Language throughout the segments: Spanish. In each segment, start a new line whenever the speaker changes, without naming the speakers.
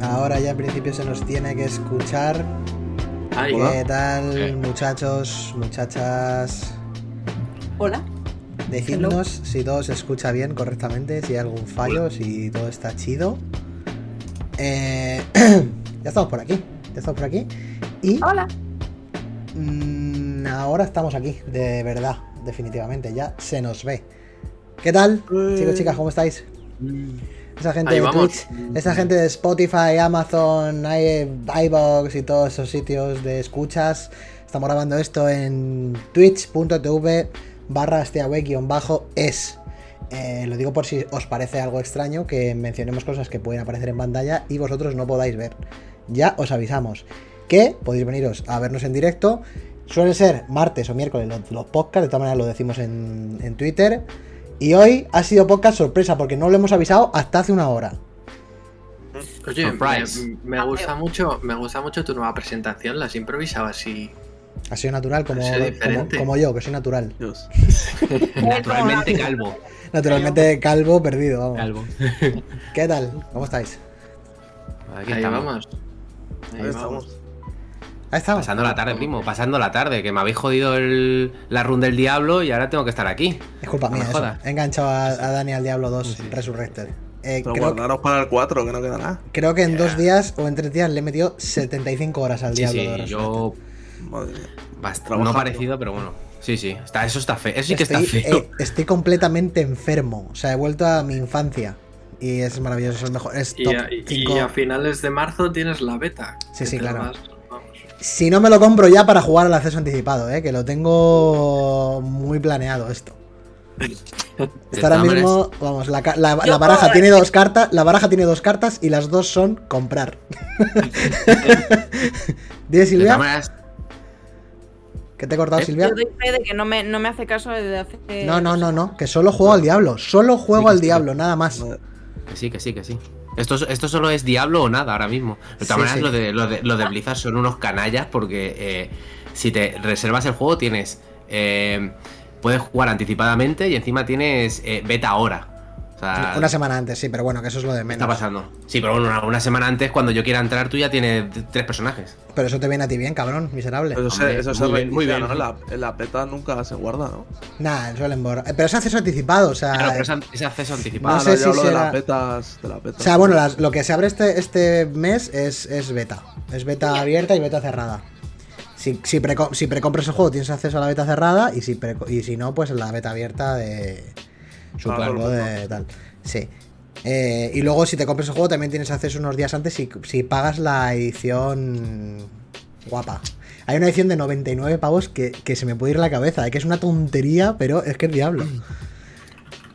Ahora ya en principio se nos tiene que escuchar.
Ahí
¿Qué
va.
tal,
Sí.
muchachos, muchachas?
Hola.
Decidnos si todo se escucha bien correctamente, si hay algún fallo, si todo está chido. Eh, ya estamos por aquí. Ya estamos por aquí. Y
Hola.
mm, ahora estamos aquí, de verdad, definitivamente. Ya se nos ve. ¿Qué tal? Chicos, chicas, ¿cómo estáis? Esa gente
Ahí
de
vamos.
Twitch, esa gente de Spotify, Amazon, i- iVoox y todos esos sitios de escuchas. Estamos grabando esto en twitch.tv barra bajo es. lo digo por si os parece algo extraño que mencionemos cosas que pueden aparecer en pantalla y vosotros no podáis ver. Ya os avisamos que podéis veniros a vernos en directo. Suele ser martes o miércoles los, los podcasts, de todas maneras lo decimos en, en Twitter. Y hoy ha sido podcast sorpresa porque no lo hemos avisado hasta hace una hora.
Oye,
Surprise.
me, me gusta mucho, me gusta mucho tu nueva presentación, las improvisabas así.
Ha sido natural, como,
Ha sido
como,
diferente.
como yo, que soy natural.
Dios.
Naturalmente calvo.
Naturalmente calvo, perdido, vamos.
Calvo.
¿Qué tal? ¿Cómo estáis?
Aquí
Ahí
estamos.
vamos. Ahí
Ahí
vamos.
estamos.
Ahí estamos.
Pasando la tarde, primo. Pasando la tarde. Que me habéis jodido el- la run del diablo y ahora tengo que estar aquí.
Es culpa
No
mía,
me
eso.
jodas.
He enganchado a, a Dani al Diablo 2 Resurrected. Eh,
Pero
creo,
guardaros para el 4, que no queda nada.
creo que en dos días o en tres días le he metido 75 horas al
Sí,
Diablo
sí.
2 Resurrected.
Yo.
Madre mía.
bast- No
Trabajando.
parecido, pero bueno. Sí, sí. Está, eso está feo. Eso sí que
Estoy,
está feo.
eh, estoy completamente enfermo. O sea, he vuelto a mi infancia. Y es maravilloso, es el mejor. Es
Y
top
a, y- y
cinco.
a finales de marzo tienes la beta.
Sí,
que
sí,
te la
claro.
vas- vamos.
Si no me lo compro ya para jugar al acceso anticipado, eh, que lo tengo muy planeado esto.
De
Está ahora
todas maneras,
mismo, vamos, la, ca- la- la
Yo
baraja
puedo
tiene dos cartas, la baraja tiene dos cartas y las dos son comprar. Dile
de todas
Silvia,
maneras,
que te he cortado
¿Eh?
Silvia.
Yo doy fe de que no me, no me hace caso desde hace.
No, no, no, no, que solo juego al diablo, solo juego al diablo, nada más.
Madre-
que sí, que sí, que sí. Esto, esto solo es diablo o nada ahora mismo. De todas
Sí,
maneras,
sí.
Lo, de, lo, de, lo de Blizzard son unos canallas porque eh, si te reservas el juego tienes. eh, puedes jugar anticipadamente y encima tienes eh, beta ahora. O sea,
Una semana antes, sí, pero bueno, que eso es lo de
¿Qué está
menos.
pasando? Sí, pero bueno, una, una semana antes, cuando yo quiera entrar, tú ya tienes t- tres personajes.
Pero eso te viene a ti bien, cabrón, miserable.
Eso
Hombre,
se, eso se
muy bien, muy
reinicia,
bien.
¿no? La, la peta nunca se guarda, ¿no?
Nada, suelen borrar. Eh, Pero es acceso anticipado, o sea.
Claro, pero es, an- es acceso anticipado.
Ah, eh. No sé
Ah, yo
si
hablo de
será-
las betas. De las betas.
O sea, bueno, las- lo que se abre este, este mes es, es beta. Es beta abierta y beta cerrada. Si, si, preco- si precompras el juego tienes acceso a la beta cerrada y si, preco- y si no, pues la beta abierta de... Supongo,
todo el
de tal. Sí. Eh, y luego si te compras el juego también tienes acceso unos días antes si, si pagas la edición guapa. Hay una edición de 99 pavos que, que se me puede ir la cabeza, eh, que es una tontería, pero es que es diablo.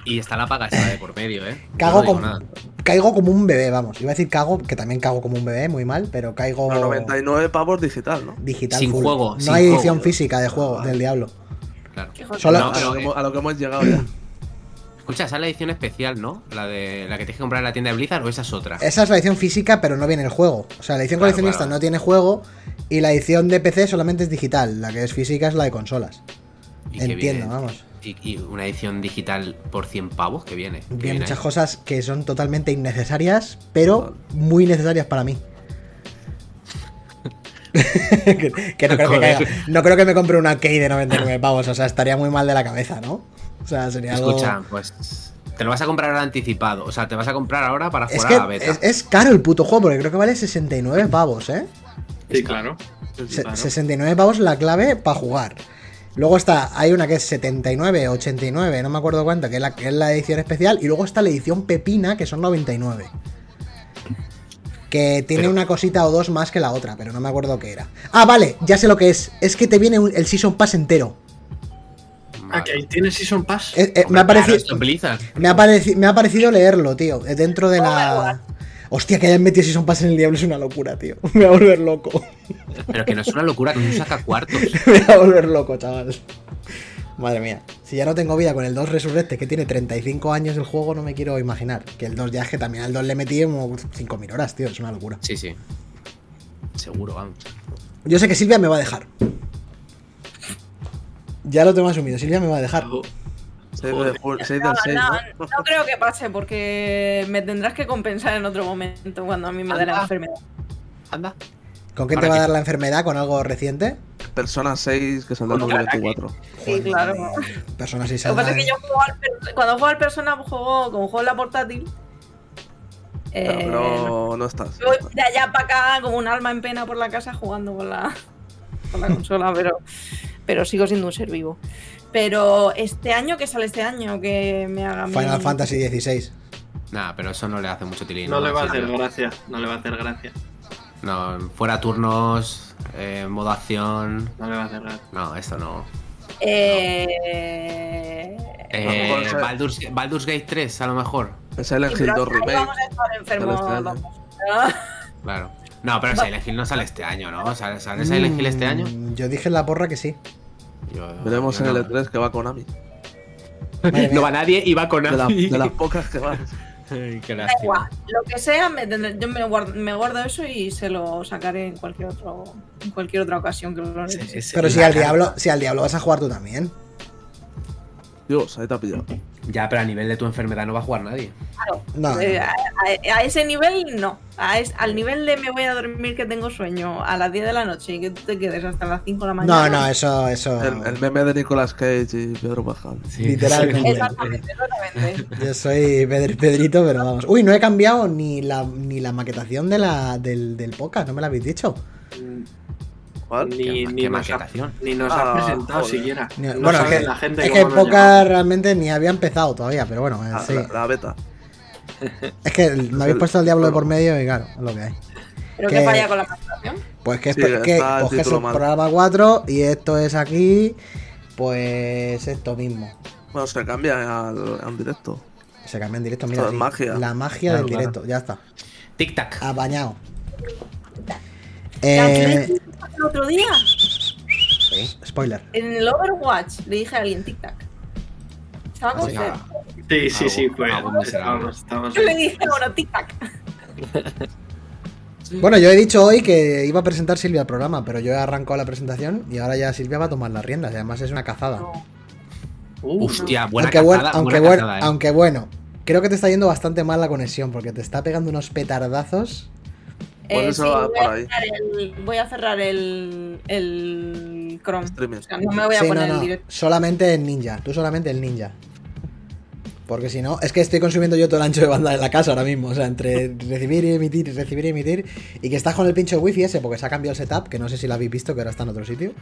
Y está la paga esa de por medio, ¿eh? Yo
Cago
no digo
con-
nada.
Caigo como un bebé, vamos. Iba a decir cago, que también cago como un bebé, muy mal, pero caigo
Pero 99 pavos digital, ¿no?
digital.
Sin
full.
juego,
No
sin
hay
juego.
edición física de juego,
Vale.
del diablo.
Claro.
Solo-
No,
a, lo
pero,
que
eh,
hemos, a lo que hemos llegado ya.
escucha, esa es la edición especial, ¿no? La de la que tienes que comprar en la tienda de Blizzard o esa es otra.
Esa es la edición física, pero no viene el juego. O sea, la edición
Claro,
coleccionista
claro.
no tiene juego y la edición de PC solamente es digital. La que es física es la de consolas.
Y que
Entiendo,
viene-
vamos.
Y, y una edición digital por 100 pavos que viene. que
Vienen
viene
muchas
ahí.
cosas que son totalmente innecesarias, pero muy necesarias para mí. que, que no, creo que
Joder.
caiga- no creo que me compre una key de 99 pavos. O sea, estaría muy mal de la cabeza, ¿no? O sea, sería algo.
Escucha, pues. Te lo vas a comprar ahora anticipado. O sea, te vas a comprar ahora para
Es
jugar
que
a la beta.
es, es caro el puto juego, porque creo que vale 69 pavos, ¿eh?
Sí, claro.
Se-
claro.
69 pavos la clave para jugar. Luego está, hay una que es 79, 89, no me acuerdo cuánto, que es, la, que es la edición especial. Y luego está la edición pepina, que son 99. Que tiene
Pero-
una cosita o dos más que la otra, pero no me acuerdo qué era. Ah, vale, ya sé lo que es. Es que te viene un- el Season Pass entero.
Vale.
Ah, que ahí tienes Season Pass.
Eh, eh, me,
Hombre,
ha parecido,
claro, esto es Blizzard.
me, ha pareci- me ha parecido leerlo, tío. eh, Dentro de la... Hostia, que hayan metido Season Pass en el diablo es una locura, tío. Me voy a volver loco.
Pero que no es una locura, que no saca cuartos.
Me voy a volver loco, chaval. Madre mía. Si ya no tengo vida con el 2 Resurrecte, que tiene 35 años el juego, no me quiero imaginar. Que el 2 ya es que también al 2 le metí como 5.000 horas, tío. Es una locura.
Sí, sí. Seguro, vamos.
Yo sé que Silvia me va a dejar. Ya lo tengo asumido. Silvia me va a dejar.
Hago-
6 de julio, 6
No,
del 6,
no,
¿no?
no creo que pase porque me tendrás que compensar en otro momento cuando a mí me dé la
Anda.
enfermedad.
Anda.
¿Con qué te
Ahora
va a
que-
dar la enfermedad? ¿Con algo reciente?
Persona 6 que saldrá en
Contra
2024.
Sí, claro.
Personas y
Lo que pasa es que yo juego al per- cuando juego al Persona, juego, como juego en la portátil, eh,
Pero no, no estás.
yo voy de allá para acá como un alma en pena por la casa jugando con la, con la consola, pero, pero sigo siendo un ser vivo. Pero este año, que sale este año? Que me haga a mí-
Final Fantasy XVI.
Nada, pero eso no le hace mucho tilín.
No le va a
Sí,
hacer
no.
gracia, no le va a hacer gracia.
No, fuera turnos, eh, modo acción.
No le va a hacer gracia.
No, esto no.
Eh,
mejor
Eh,
se-
Baldur's, Baldur's Gate 3, a lo mejor.
El Silent
sí,
Hill
pero
2
ahí Vamos
Remake.
a estar enfermos.
Pero este año.
vamos. Ah,
Claro. No, pero Silent Hill no sale este año, ¿no? ¿Sale, sale Silent Hill este año?
Mm, Yo dije en la porra que sí.
Yo-
Veremos
yo
en
no.
el E3 que va Konami.
E Madre mía.
No va nadie y va con
De, la-
nadie.
de las pocas que van.
Ay, qué
Da
lástima.
igual. Lo que sea, me tendré- yo me guardo, me guardo eso y se lo sacaré en cualquier otro, en cualquier otra ocasión que lo
Sí,
necesite.
sí,
Pero
sí,
si
la
al,
cara.
diablo, si al diablo vas a jugar tú también.
Dios, ahí te ha pillado.
Ya, pero a nivel de tu enfermedad no va a jugar nadie.
No,
Eh,
no.
a, a- a ese nivel no. A es- al nivel de me voy a dormir que tengo sueño a las 10 de la noche y que tú te quedes hasta las 5 de la
No,
mañana.
no, eso, eso.
El, el meme de Nicolas Cage y Pedro Pascal.
Literalmente.
Exactamente, exactamente.
Yo soy Pedr- Pedrito, pero vamos. Uy, no he cambiado ni la, ni la maquetación de la, del, del podcast, no me la habéis dicho.
¿Cuál?
Ni,
Qué-
ni
qué
nos ha,
maquetación.
ni nos
Ah,
ha presentado
joder.
siquiera.
Ni-
No
bueno, es
saben
que,
la gente
es que
cómo
en
nos
poca realmente ni había empezado todavía, pero bueno, eh,
Ah,
sí.
la, la beta.
Es que me habéis
el-
puesto el diablo de por
el-
medio y claro, es lo que hay.
Pero
Que-
que falla con la presentación.
Pues que, es
Sí,
pues que,
está el
pues que es
título
el
mal.
programa 4 y esto es aquí, pues esto mismo.
Bueno, se cambia al, al directo.
Se cambia en directo, mira.
Esto es
sí.
magia.
La magia
Claro,
del
claro.
directo, ya está.
Tic tac.
Apañado.
Ya,
Eh,
¿sabes qué hice El otro día,
spoiler.
en el Overwatch, le dije a alguien tic-tac. Estaba
Ah,
con
sí.
sed.
llama. Sí, sí, sí,
Algo-
pues.
algo miserable.
Estamos, estamos-
Yo le dije, bueno, tic-tac.
Bueno, yo he dicho hoy que iba a presentar Silvia el programa, pero yo he arrancado la presentación y ahora ya Silvia va a tomar las riendas. y además es una cazada.
Uh,
Hostia, buena
aunque,
cazada,
bueno, aunque,
buena
bueno,
cazada, eh.
aunque bueno, creo que te está yendo bastante mal la conexión porque te está pegando unos petardazos.
Pues eso va
Eh, voy,
por
a
ahí.
cerrar el, voy a cerrar el, el Chrome.
Streaming.
O sea, no me voy a
Sí, no,
poner
no,
el directo.
Solamente el ninja, tú solamente el ninja. Porque si no, es que estoy consumiendo yo todo el ancho de banda de la casa ahora mismo. O sea, entre recibir y emitir, y recibir y emitir. Y que estás con el pincho wifi ese, porque se ha cambiado el setup, que no sé si lo habéis visto, que ahora está en otro sitio.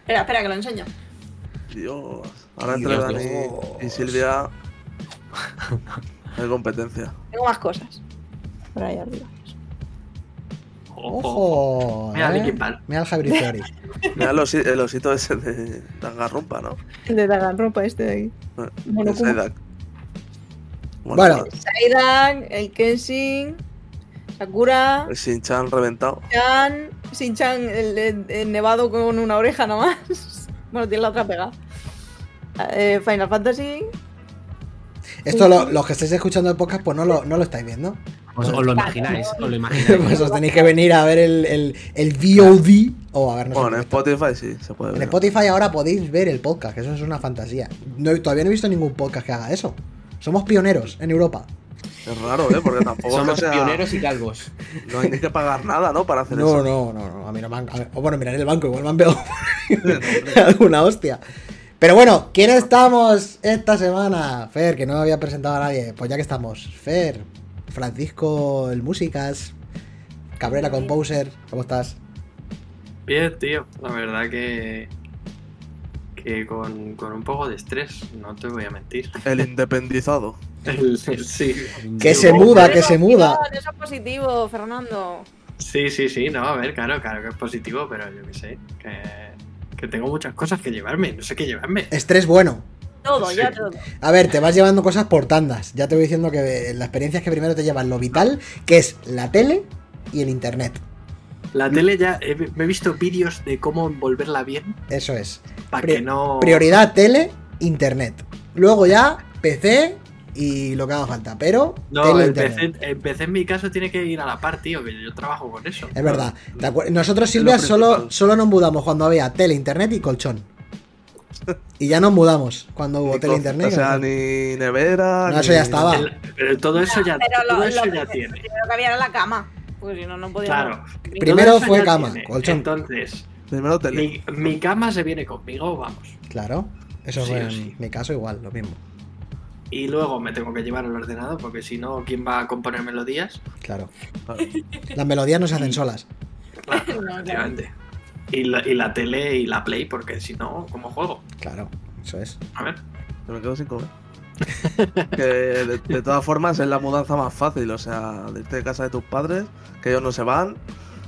Espera, espera, que lo enseño.
Dios. Ahora entre
Dios.
Dani y Silvia. No hay competencia.
Tengo más cosas. Por ahí arriba.
ojo.
¡Ojo!
Mira,
¿eh?
Linkin Park.
Mira el Hybrid Theory.
Mira el, osi- el osito ese de Dangarrumpa, ¿no?
De la ropa este de ahí. Bueno, ¿cómo?
El Psyduck.
Bueno.
Sairan, el Kenshin, Sakura,
Pues-
El Shinchan reventado.
Chan, Shin-chan, el, el- el nevado con una oreja nomás. Bueno, tiene la otra pegada. Eh, Final Fantasy.
Esto, lo- los que estáis escuchando el podcast, pues no lo, no lo estáis viendo.
Os, os lo imagináis, os lo imagináis.
Pues os tenéis que venir a ver el, el, el VOD. O a ver, no sé
Bueno, en
cómo está.
Spotify sí, se puede
En
ver.
Spotify ahora podéis ver el podcast, que eso es una fantasía. No he- todavía no he visto ningún podcast que haga eso. Somos pioneros en Europa.
Es raro, ¿eh? Porque tampoco es que
Somos
sea-
pioneros y calvos.
No hay ni que pagar nada, ¿no? Para hacer
No,
eso.
no, no, no, a mí no me han... a ver, o bueno, mira, en el banco igual me han pegado alguna hostia. Pero bueno, ¿quién estamos esta semana? Fer, que no había presentado a nadie. Pues ya que estamos. Fer, Francisco, el Músicas, Cabrera Composer, ¿cómo estás?
Bien, tío. La verdad que. Que con, con un poco de estrés, no te voy a mentir.
El independizado.
El- el- sí.
Que
Sí,
se
un poco.
muda, que se muda.
Eso es positivo, Fernando.
Sí, sí, sí, no, a ver, claro, claro que es positivo, pero yo qué sé, que, que tengo muchas cosas que llevarme, no sé qué llevarme.
Estrés bueno.
Todo,
Sí.
ya todo.
A ver, te vas llevando cosas por tandas. Ya te voy diciendo que eh, la experiencia es que primero te llevan lo vital, que es la tele y el internet.
La tele ya, he- me he visto vídeos de cómo envolverla bien
Eso es.
para
Pri-
que no...
Prioridad tele, internet. Luego ya PC y lo que haga falta. Pero
No,
tele, e
el
internet.
PC, el PC en mi caso tiene que ir a la par, tío, que yo trabajo con eso.
Es verdad. ¿Te acuer-
No,
Nosotros,
Es lo
Silvia, solo,
principal.
solo nos mudamos cuando había tele, internet y colchón. Y ya nos mudamos cuando hubo
Ni
hotel
co-
internet.
O sea,
¿no?
ni nevera.
No,
ni-
eso ya estaba.
El- pero todo eso ya,
Pero lo,
todo
lo
eso ya
primero,
tiene.
primero que había era la cama. Porque si no, no podía.
Claro.
Primero
Todo eso
fue
ya
cama,
tiene.
colchón.
Entonces,
Primero tele.
mi, mi cama se viene conmigo, vamos.
Claro. Eso
Sí
fue
o
en
sí.
mi caso igual, lo mismo.
Y luego me tengo que llevar el ordenador, porque si no, ¿quién va a componer melodías?
Claro.
Claro.
Las melodías no se hacen solas.
Claro,
No, claro.
efectivamente. Y la, y la tele y la play, porque si no, ¿cómo juego?
Claro, eso es.
A ver.
Yo me quedo sin comer. que de, de todas formas es la mudanza más fácil, o sea, de irte de casa de tus padres, que ellos no se van,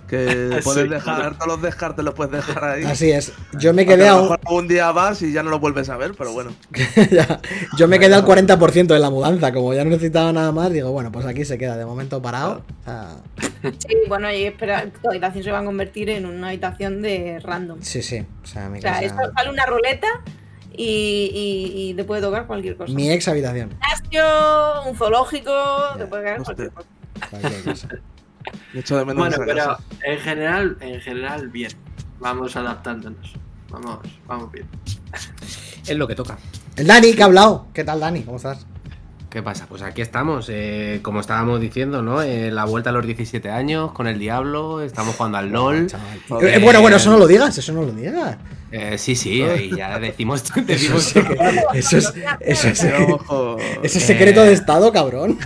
que
Sí,
puedes dejar,
claro.
todos los descartes los puedes dejar ahí.
Así es. Yo me
Aunque
quedé
a
a
lo
un-
mejor algún día vas y ya no lo vuelves a ver, pero bueno.
ya. Yo me quedé al 40% de la mudanza. Como ya no necesitaba nada más, digo, bueno, pues aquí se queda de momento parado. O sea,
Sí, bueno, y espera, tu habitación se va a convertir en una habitación de random.
sí, sí. O sea, mi
O sea,
casa-
esto sale una ruleta y, y- y te puede tocar cualquier cosa.
Mi ex habitación.
gimnasio, un zoológico, te puede caer
hostia.
cualquier cosa.
Cualquier cosa.
Me echo de menos
Bueno,
esa
pero
casa.
en general, en general, bien. Vamos adaptándonos. Vamos, vamos bien.
Es lo que toca.
El Dani, que ha hablado. ¿Qué tal, Dani? ¿Cómo estás?
¿Qué pasa? Pues aquí estamos, eh, como estábamos diciendo, ¿no? Eh, la vuelta a los 17 años con el Diablo, estamos jugando al LOL.
Chaval.
Joder.
Eh, bueno, bueno, eso no lo digas, eso no lo digas.
Eh, sí, sí, ahí ya decimos,
Eso,
decimos
es- eso es, eso es-
Pero, ojo,
eso es secreto de estado, cabrón.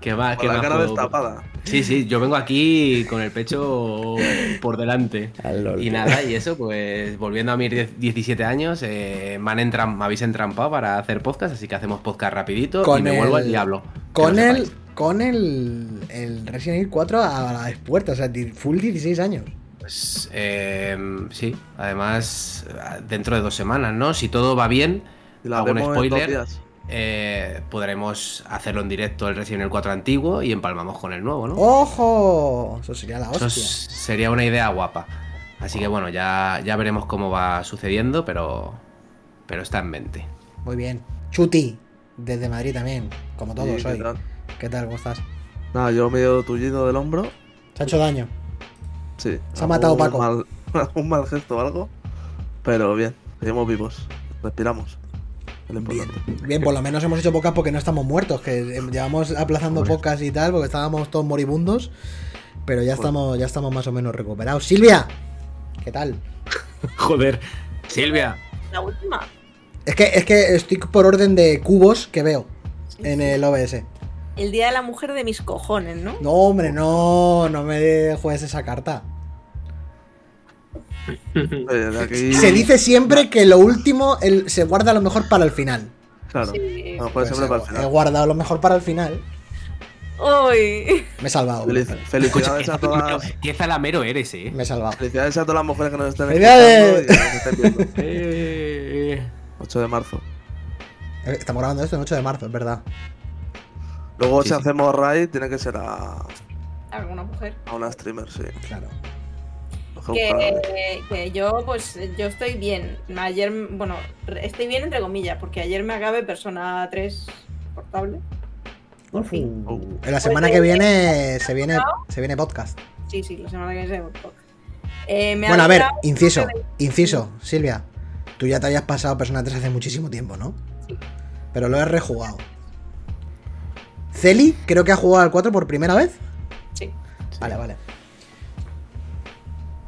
que va,
con
que
la
va.
cara
juego.
destapada.
Sí, sí, yo vengo aquí con el pecho por delante. Y nada, y eso, pues volviendo a mis 10 17 años, eh, me, han entram- me habéis entrampado para hacer podcast, así que hacemos podcast rapidito
Con
y me
el-
vuelvo al diablo. que
Con
lo
el,
sepáis.
con el, el Resident Evil 4 a las puertas, o sea, di- full 16 años.
Pues, eh, sí, además, dentro de dos semanas, ¿no? Si todo va bien,
Y la
Algún
demo en dos
spoiler.
días.
eh, podremos hacerlo en directo el Resident Evil 4 antiguo y empalmamos con el nuevo, ¿no?
¡Ojo! Eso sería la
Eso
Oh, hostia.
es- sería una idea guapa. Así que bueno, ya, ya veremos cómo va sucediendo, pero, pero está en mente.
Muy bien. Chuti, desde Madrid también, como todos
Sí, ¿qué
hoy.
tal?
¿Qué tal? ¿Cómo estás?
Nada, yo medio tullido del hombro.
¿Se ha hecho daño?
Sí.
Se ha matado
algún
Paco.
mal- algún mal gesto o algo. Pero bien, seguimos vivos. Respiramos. Es lo
Bien.
importante.
Bien, por lo menos hemos hecho pocas porque no estamos muertos, que eh, llevamos aplazando
Hombre.
pocas y tal, porque estábamos todos moribundos. Pero ya
Joder.
estamos, ya estamos más o menos recuperados. ¡Silvia! ¿Qué tal?
Joder, Silvia.
La última.
Es que, es que estoy por orden de cubos que veo en el OBS.
El día de la mujer de mis cojones, ¿no?
No, hombre, no, no me juegues esa carta.
Eh, de aquí-
Se dice siempre que lo último el- se guarda lo mejor para el final.
Claro.
Sí.
A lo mejor
Pues
siempre
he-
para el final.
He guardado lo mejor para el final.
Uy.
Me he salvado.
Feliz-
me
felicidades a todas.
Qué zalamero eres, eh.
he salvado.
Felicidades a todas las mujeres que nos están
Felicidades.
escuchando y que nos estén viendo.
Eh,
8 de marzo.
Eh, Estamos grabando esto el 8 de marzo, es verdad.
Luego
Sí,
si
sí.
hacemos raid tiene que ser a,
Alguna mujer.
a una streamer, sí.
Claro.
Nos busca-
Que, que yo, pues, yo estoy bien. Ayer, bueno, re- estoy bien entre comillas, porque ayer me acabé Persona 3 portable. Por fin.
Uh, La semana que viene se viene, se viene podcast.
Sí, sí, la semana que viene. se votó. Eh, me ha
Bueno, a ver,
durado-
inciso, inciso, Silvia. Tú ya te habías pasado Persona 3 hace muchísimo tiempo, ¿no?
Sí.
Pero lo has rejugado. Celi, creo que ha jugado al 4 por primera vez.
Sí.
Vale, vale.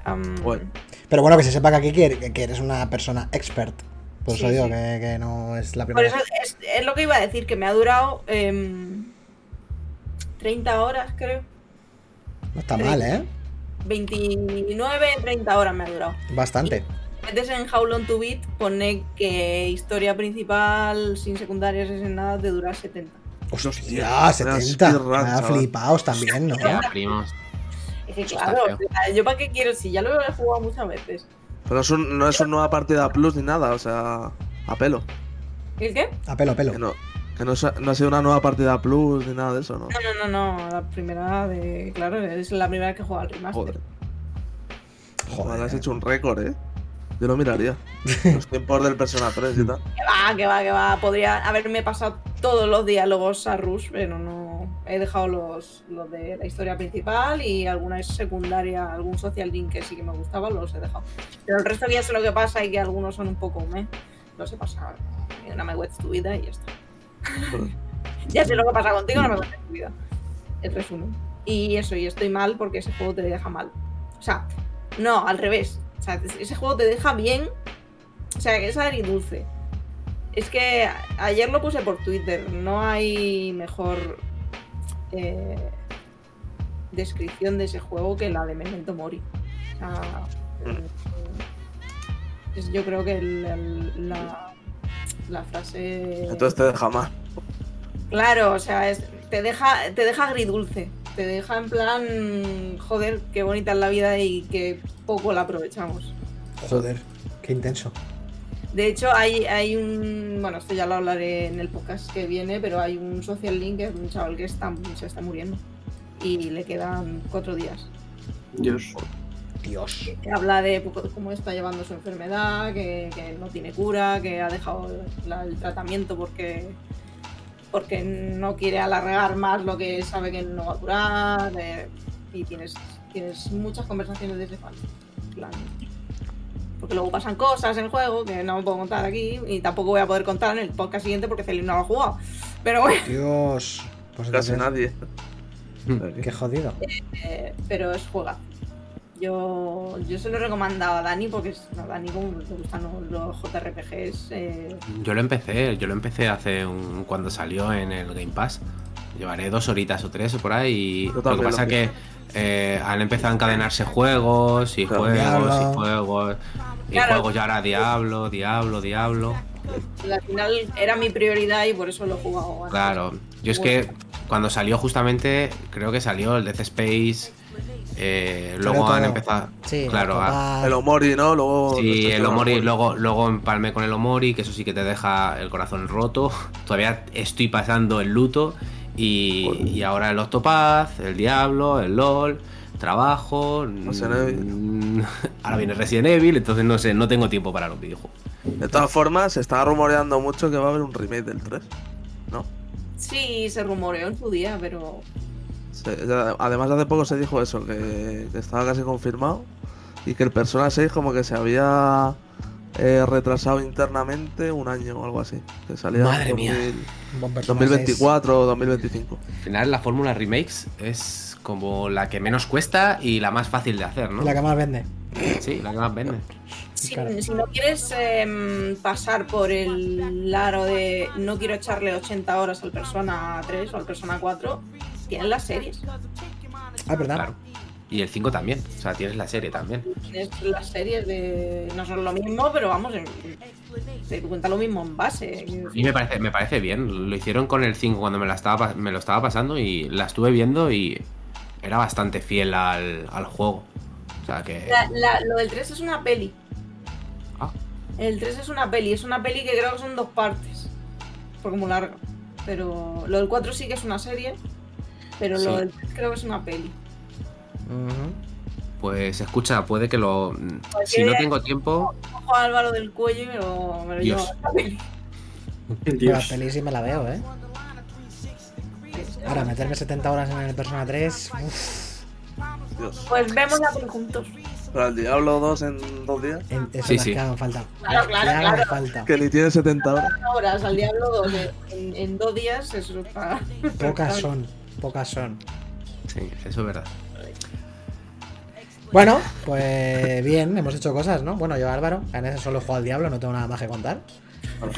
Am,
Bueno.
Pero bueno, que se sepa que aquí que, que eres una persona expert. Por eso
Sí,
digo
sí.
Que, que no es la
Por
primera
eso
vez.
es, es lo que iba a decir, que me ha durado em, 30 horas, creo.
No está mal, ¿eh?
29, 30 horas me ha durado.
Bastante.
Metes en How Long to Beat, pone que historia principal sin secundarias es en nada te dura 70.
Pues Hostia, 70.
speedrun,
Me ha
chaval.
flipados Ah, también, ¿no?
ya, primos.
Es que
Eso
claro,
está feo.
o sea, yo para qué quiero, si ya lo he jugado muchas veces.
Pero es un- no es una nueva partida plus ni nada, o sea, a pelo.
¿El qué?
A Ah, pelo, a pelo.
Que no, que no, es- no ha sido una nueva partida plus ni nada de eso, ¿no?
No, no, no, no, la primera de. Claro, es la primera que juega al remaster.
Joder,
Joder.
Joder, has hecho un récord, ¿eh? Yo lo miraría. Los tiempos del Persona 3 y tal.
Que va, que va, que va. Podría haberme pasado todos los diálogos a Rus, pero no. he dejado los, los de la historia principal y alguna es secundaria, algún social link que sí que me gustaba, los he dejado. Pero el resto que ya sé lo que pasa y que algunos son un poco me los he pasado. No me cuentes tu vida y ya está. ya sé lo que pasa contigo, no me cuentes tu vida. Mm. El resumen. Y eso, y estoy mal porque ese juego te deja mal. O sea, no, al revés. O sea, ese juego te deja bien. O sea, que es agridulce. Es que a- ayer lo puse por Twitter. No hay mejor eh, descripción de ese juego que la de Memento Mori. O sea, eh, es- yo creo que el- el- la, la frase.
Entonces te deja mal.
Claro, o sea, es- te deja, te deja agridulce. Te deja en plan, joder, qué bonita es la vida y que poco la aprovechamos.
Joder, qué intenso.
De hecho, hay, hay un. Bueno, esto ya lo hablaré en el podcast que viene, pero hay un social link que es un chaval que está, se está muriendo. Y le quedan cuatro días.
Dios.
Dios.
Que habla de poco- cómo está llevando su enfermedad, que, que no tiene cura, que ha dejado la- el tratamiento porque porque no quiere alargar más lo que sabe que no va a durar. eh, y tienes, tienes muchas conversaciones desde fan. en plan, Porque luego pasan cosas en el juego que no puedo contar aquí y tampoco voy a poder contar en el podcast siguiente porque Celine no lo ha jugado. Pero bueno,
Dios. Pues
Casi
entonces,
nadie.
Qué jodido.
eh, pero es juega. Yo, yo se lo he recomendado a Dani porque es- a Dani como le gustan los, los JRPGs. eh,
Yo lo empecé, yo lo empecé hace un, cuando salió en el Game Pass. Llevaré dos horitas o tres o por ahí.
Yo
Lo que
también
pasa
lo
que eh, han empezado a encadenarse juegos y
Claro.
juegos
Diablo.
y juegos y
Claro.
juegos. Y ahora Diablo, Diablo, Diablo.
al final era mi prioridad y por eso lo he jugado. antes.
Claro. Yo es que cuando salió justamente, creo que salió el Death Space. eh, luego
todo.
han empezado.
Sí,
claro, a-
papá.
El Omori, ¿no? Luego.
Sí, el
no,
Omori, luego, luego empalmé con el Omori, que eso sí que te deja el corazón roto. Todavía estoy pasando el luto. Y, y ahora el Octopaz, el Diablo, el LOL, trabajo.
Resident Evil.
mm, Ahora viene Resident Evil, entonces no sé, no tengo tiempo para los videojuegos.
De todas formas, se está rumoreando mucho que va a haber un remake del 3. ¿No?
Sí, se rumoreó en su día, pero
Se- ya- además, hace poco se dijo eso, que, que estaba casi confirmado. Y que el Persona 6 como que se había eh, retrasado internamente un año o algo así. Que salía en
Madre mía.
2000
Buen personaje es.
2024 o 2025.
Al final, la fórmula remakes es como la que menos cuesta y la más fácil de hacer, ¿no?
La que más vende.
Sí, la que más vende.
si,
Claro.
si no quieres em, pasar por el aro de no quiero echarle 80 horas al Persona 3 o al Persona 4, tienen las series.
Ah, ¿verdad?
Claro. Y el 5 también. O sea, tienes la serie también.
Tienes las series de. No son lo mismo, pero vamos, en- en- te cuenta lo mismo en base.
Y me parece, me parece bien. Lo hicieron con el 5 cuando me, la estaba, pa- me lo estaba pasando y la estuve viendo y era bastante fiel al, al juego. O sea que.
La- la- lo del 3 es una peli.
Ah.
El 3 es una peli, es una peli que creo que son dos partes. Por como larga. Pero lo del 4 sí que es una serie. Pero lo
Sí.
del 3 creo que es una peli.
Ujú.
Pues escucha, puede que lo. Si no tengo tiempo.
Ojo a Álvaro del cuello y me lo, me lo llevo.
Dios.
Pero la
Dios.
peli Pues sí me la veo, ¿eh? Ahora, meterme 70 horas en el Persona 3. uf,
Dios.
Pues vemos la peli juntos.
Pero el Diablo 2 en dos días.
en- eso
Ah, Sí,
las
sí.
que hagan falta.
Claro,
Las
claro,
que hagan
claro.
falta.
Que ni tiene 70 horas.
Horas al Diablo 2 en, en- en dos días. Eso está.
Pocas son. Pocas son.
Sí, eso es verdad.
Bueno, pues bien, hemos hecho cosas, ¿no? Bueno, yo Álvaro, en ese solo juego al diablo, no tengo nada más que contar.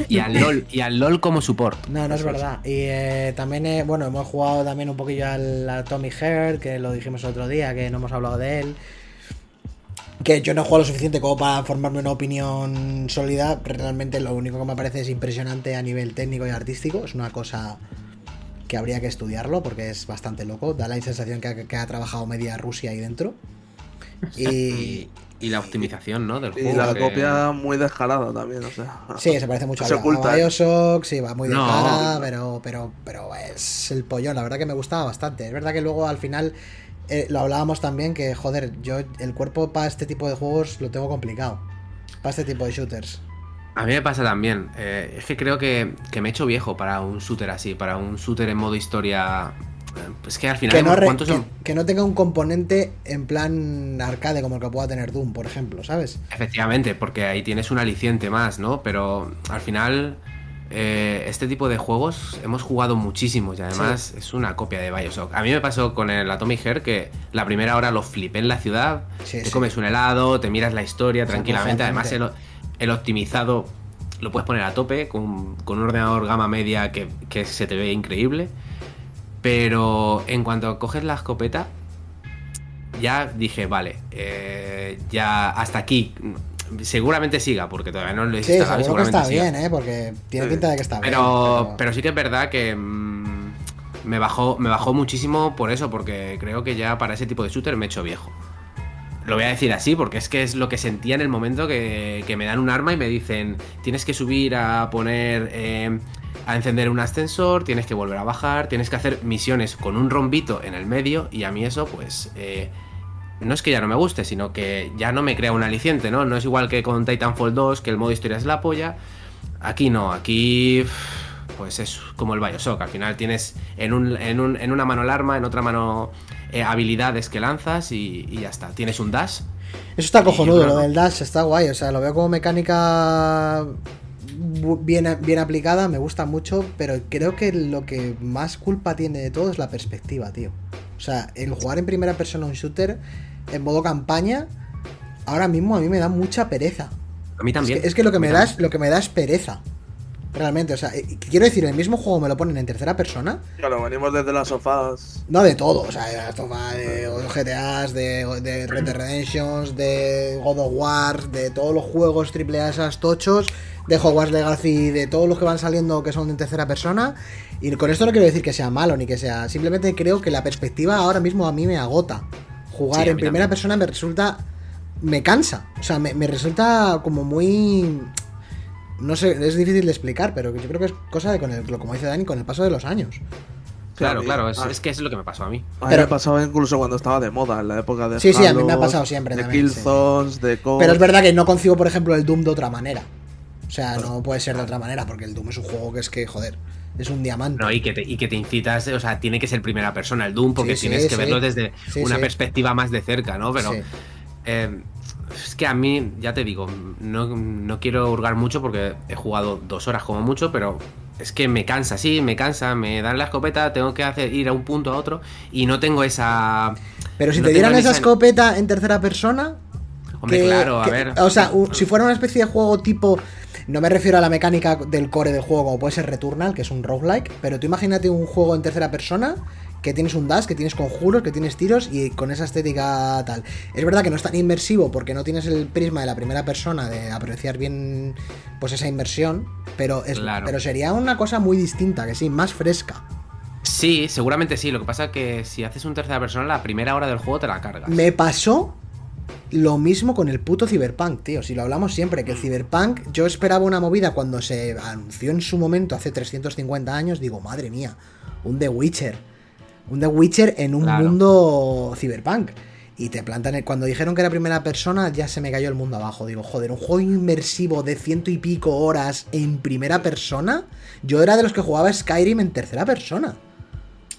Y al LOL, y al LOL como support.
No, no es
Eso
verdad. Y eh, también, eh, bueno, hemos jugado también un poquillo al a Tommy Heart, que lo dijimos el otro día, que no hemos hablado de él. Que yo no he jugado lo suficiente como para formarme una opinión sólida. Realmente lo único que me parece es impresionante a nivel técnico y artístico. Es una cosa que habría que estudiarlo porque es bastante loco. Da la sensación que ha, que ha trabajado media Rusia ahí dentro. Y,
Y, y la optimización, ¿no? Del juego.
Y la
que-
copia muy descarada también, o sea.
Oh, Sí, se parece mucho
Se
a,
oculta.
a Bioshock, sí, va muy de
No.
cara, pero, pero, pero es el pollón, la verdad que me gustaba bastante. Es verdad que luego al final eh, lo hablábamos también que, joder, yo el cuerpo para este tipo de juegos lo tengo complicado. Para este tipo de shooters.
A mí me pasa también. eh, es que creo que, que me he hecho viejo para un shooter así, para un shooter en modo historia Pues que al final,
Que no, re-
¿cuántos
que-
son?
que no tenga un componente en plan arcade como el que pueda tener Doom, por ejemplo, ¿sabes?
Efectivamente, porque ahí tienes un aliciente más, ¿no? Pero al final, eh, este tipo de juegos hemos jugado muchísimos y además es una copia de Bioshock. A mí me pasó con el Atomic Heart que la primera hora lo flipé en la ciudad,
Sí,
te
sí.
comes un helado, te miras la historia tranquilamente, además el,
Exactamente.
el optimizado lo puedes poner a tope con, con un ordenador gama media que, que se te ve increíble. Pero en cuanto coges la escopeta, ya dije, vale, eh, ya hasta aquí. Seguramente siga, porque todavía no lo he
Sí,
instalado,
seguro que está
siga.
bien, ¿eh? Porque tiene
Sí.
pinta de que está
Pero,
bien.
pero sí que es verdad que mm, me, bajó, me bajó muchísimo por eso, porque creo que ya para ese tipo de shooter me he hecho viejo. Lo voy a decir así, porque es que es lo que sentía en el momento que, que me dan un arma y me dicen, tienes que subir a poner, eh, a encender un ascensor, tienes que volver a bajar, tienes que hacer misiones con un rombito en el medio y a mí eso pues... eh, no es que ya no me guste, sino que ya no me crea un aliciente, ¿no? No es igual que con Titanfall 2, que el modo historia es la polla. Aquí no, aquí pf, pues es como el Bioshock. Al final tienes en, un- en, un- en una mano el arma, en otra mano eh, habilidades que lanzas y, y ya está. Tienes un dash.
Eso está
Y yo
cojonudo,
creo
lo
que-
del dash está guay, o sea, lo veo como mecánica bu- bien, bien aplicada, me gusta mucho, pero creo que lo que más culpa tiene de todo es la perspectiva, tío. O sea, el jugar en primera persona un shooter en modo campaña, ahora mismo a mí me da mucha pereza.
A mí también.
Es que, es que lo que
A mí
me da
también.
es, lo que me da es pereza. Realmente, o sea, eh, quiero decir, el mismo juego me lo ponen en tercera persona.
Claro, venimos desde las sofás.
No de todo, o sea, de Last of Us, de GTAs, de, de Red Dead Redemptions, de God of War, de todos los juegos AAA esas tochos, de Hogwarts Legacy, de todos los que van saliendo que son en tercera persona. Y con esto no quiero decir que sea malo ni que sea, simplemente creo que la perspectiva ahora mismo a mí me agota. Jugar
Sí, a
en
mí
primera
también.
persona me resulta, me cansa, o sea, me, me resulta como muy... No sé, es difícil de explicar, pero yo creo que es cosa de, con el, como dice Dani, con el paso de los años.
Claro,
Sí,
claro, es,
ah.
es que es lo que me pasó a mí.
A mí
Pero-
me pasaba incluso cuando estaba de moda, en la época de
Sí, sí, a mí me ha
Halos,
pasado siempre
De
también, sí.
Killzones, de Code.
Pero es verdad que no concibo, por ejemplo, el Doom de otra manera. O sea, no puede ser de otra manera, porque el Doom es un juego que es que, joder, es un diamante.
No, y que, te, y que te incitas, o sea, tiene que ser primera persona el Doom, porque
Sí, sí,
tienes que
sí.
verlo desde
Sí,
una
sí.
perspectiva más de cerca, ¿no? Pero
Sí.
Eh, es que a mí, ya te digo, no, no quiero hurgar mucho porque he jugado dos horas como mucho, pero es que me cansa, sí, me cansa, me dan la escopeta, tengo que hacer ir a un punto a otro y no tengo esa...
Pero si
no
te
tengo
dieran
ni
esa
esa-
escopeta en tercera persona.
Hombre,
que-
claro, a
que-
ver.
O sea, un- si fuera una especie de juego tipo. No me refiero a la mecánica del core del juego, como puede ser Returnal, que es un roguelike, pero tú imagínate un juego en tercera persona que tienes un dash, que tienes conjuros, que tienes tiros y con esa estética tal. Es verdad que no es tan inmersivo porque no tienes el prisma de la primera persona de apreciar bien pues esa inversión, pero es
Claro.
pero sería una cosa muy distinta, que sí, más fresca.
Sí, seguramente sí, lo que pasa es que si haces un tercera persona, la primera hora del juego te la cargas.
Me pasó lo mismo con el puto Cyberpunk, tío. Si lo hablamos siempre, que el Cyberpunk, yo esperaba una movida cuando se anunció en su momento hace 350 años. Digo, madre mía, un The Witcher. Un The Witcher en un
Claro.
mundo Cyberpunk. Y te plantan. el- Cuando dijeron que era primera persona, ya se me cayó el mundo abajo. Digo, joder, un juego inmersivo de ciento y pico horas en primera persona. Yo era de los que jugaba Skyrim en tercera persona.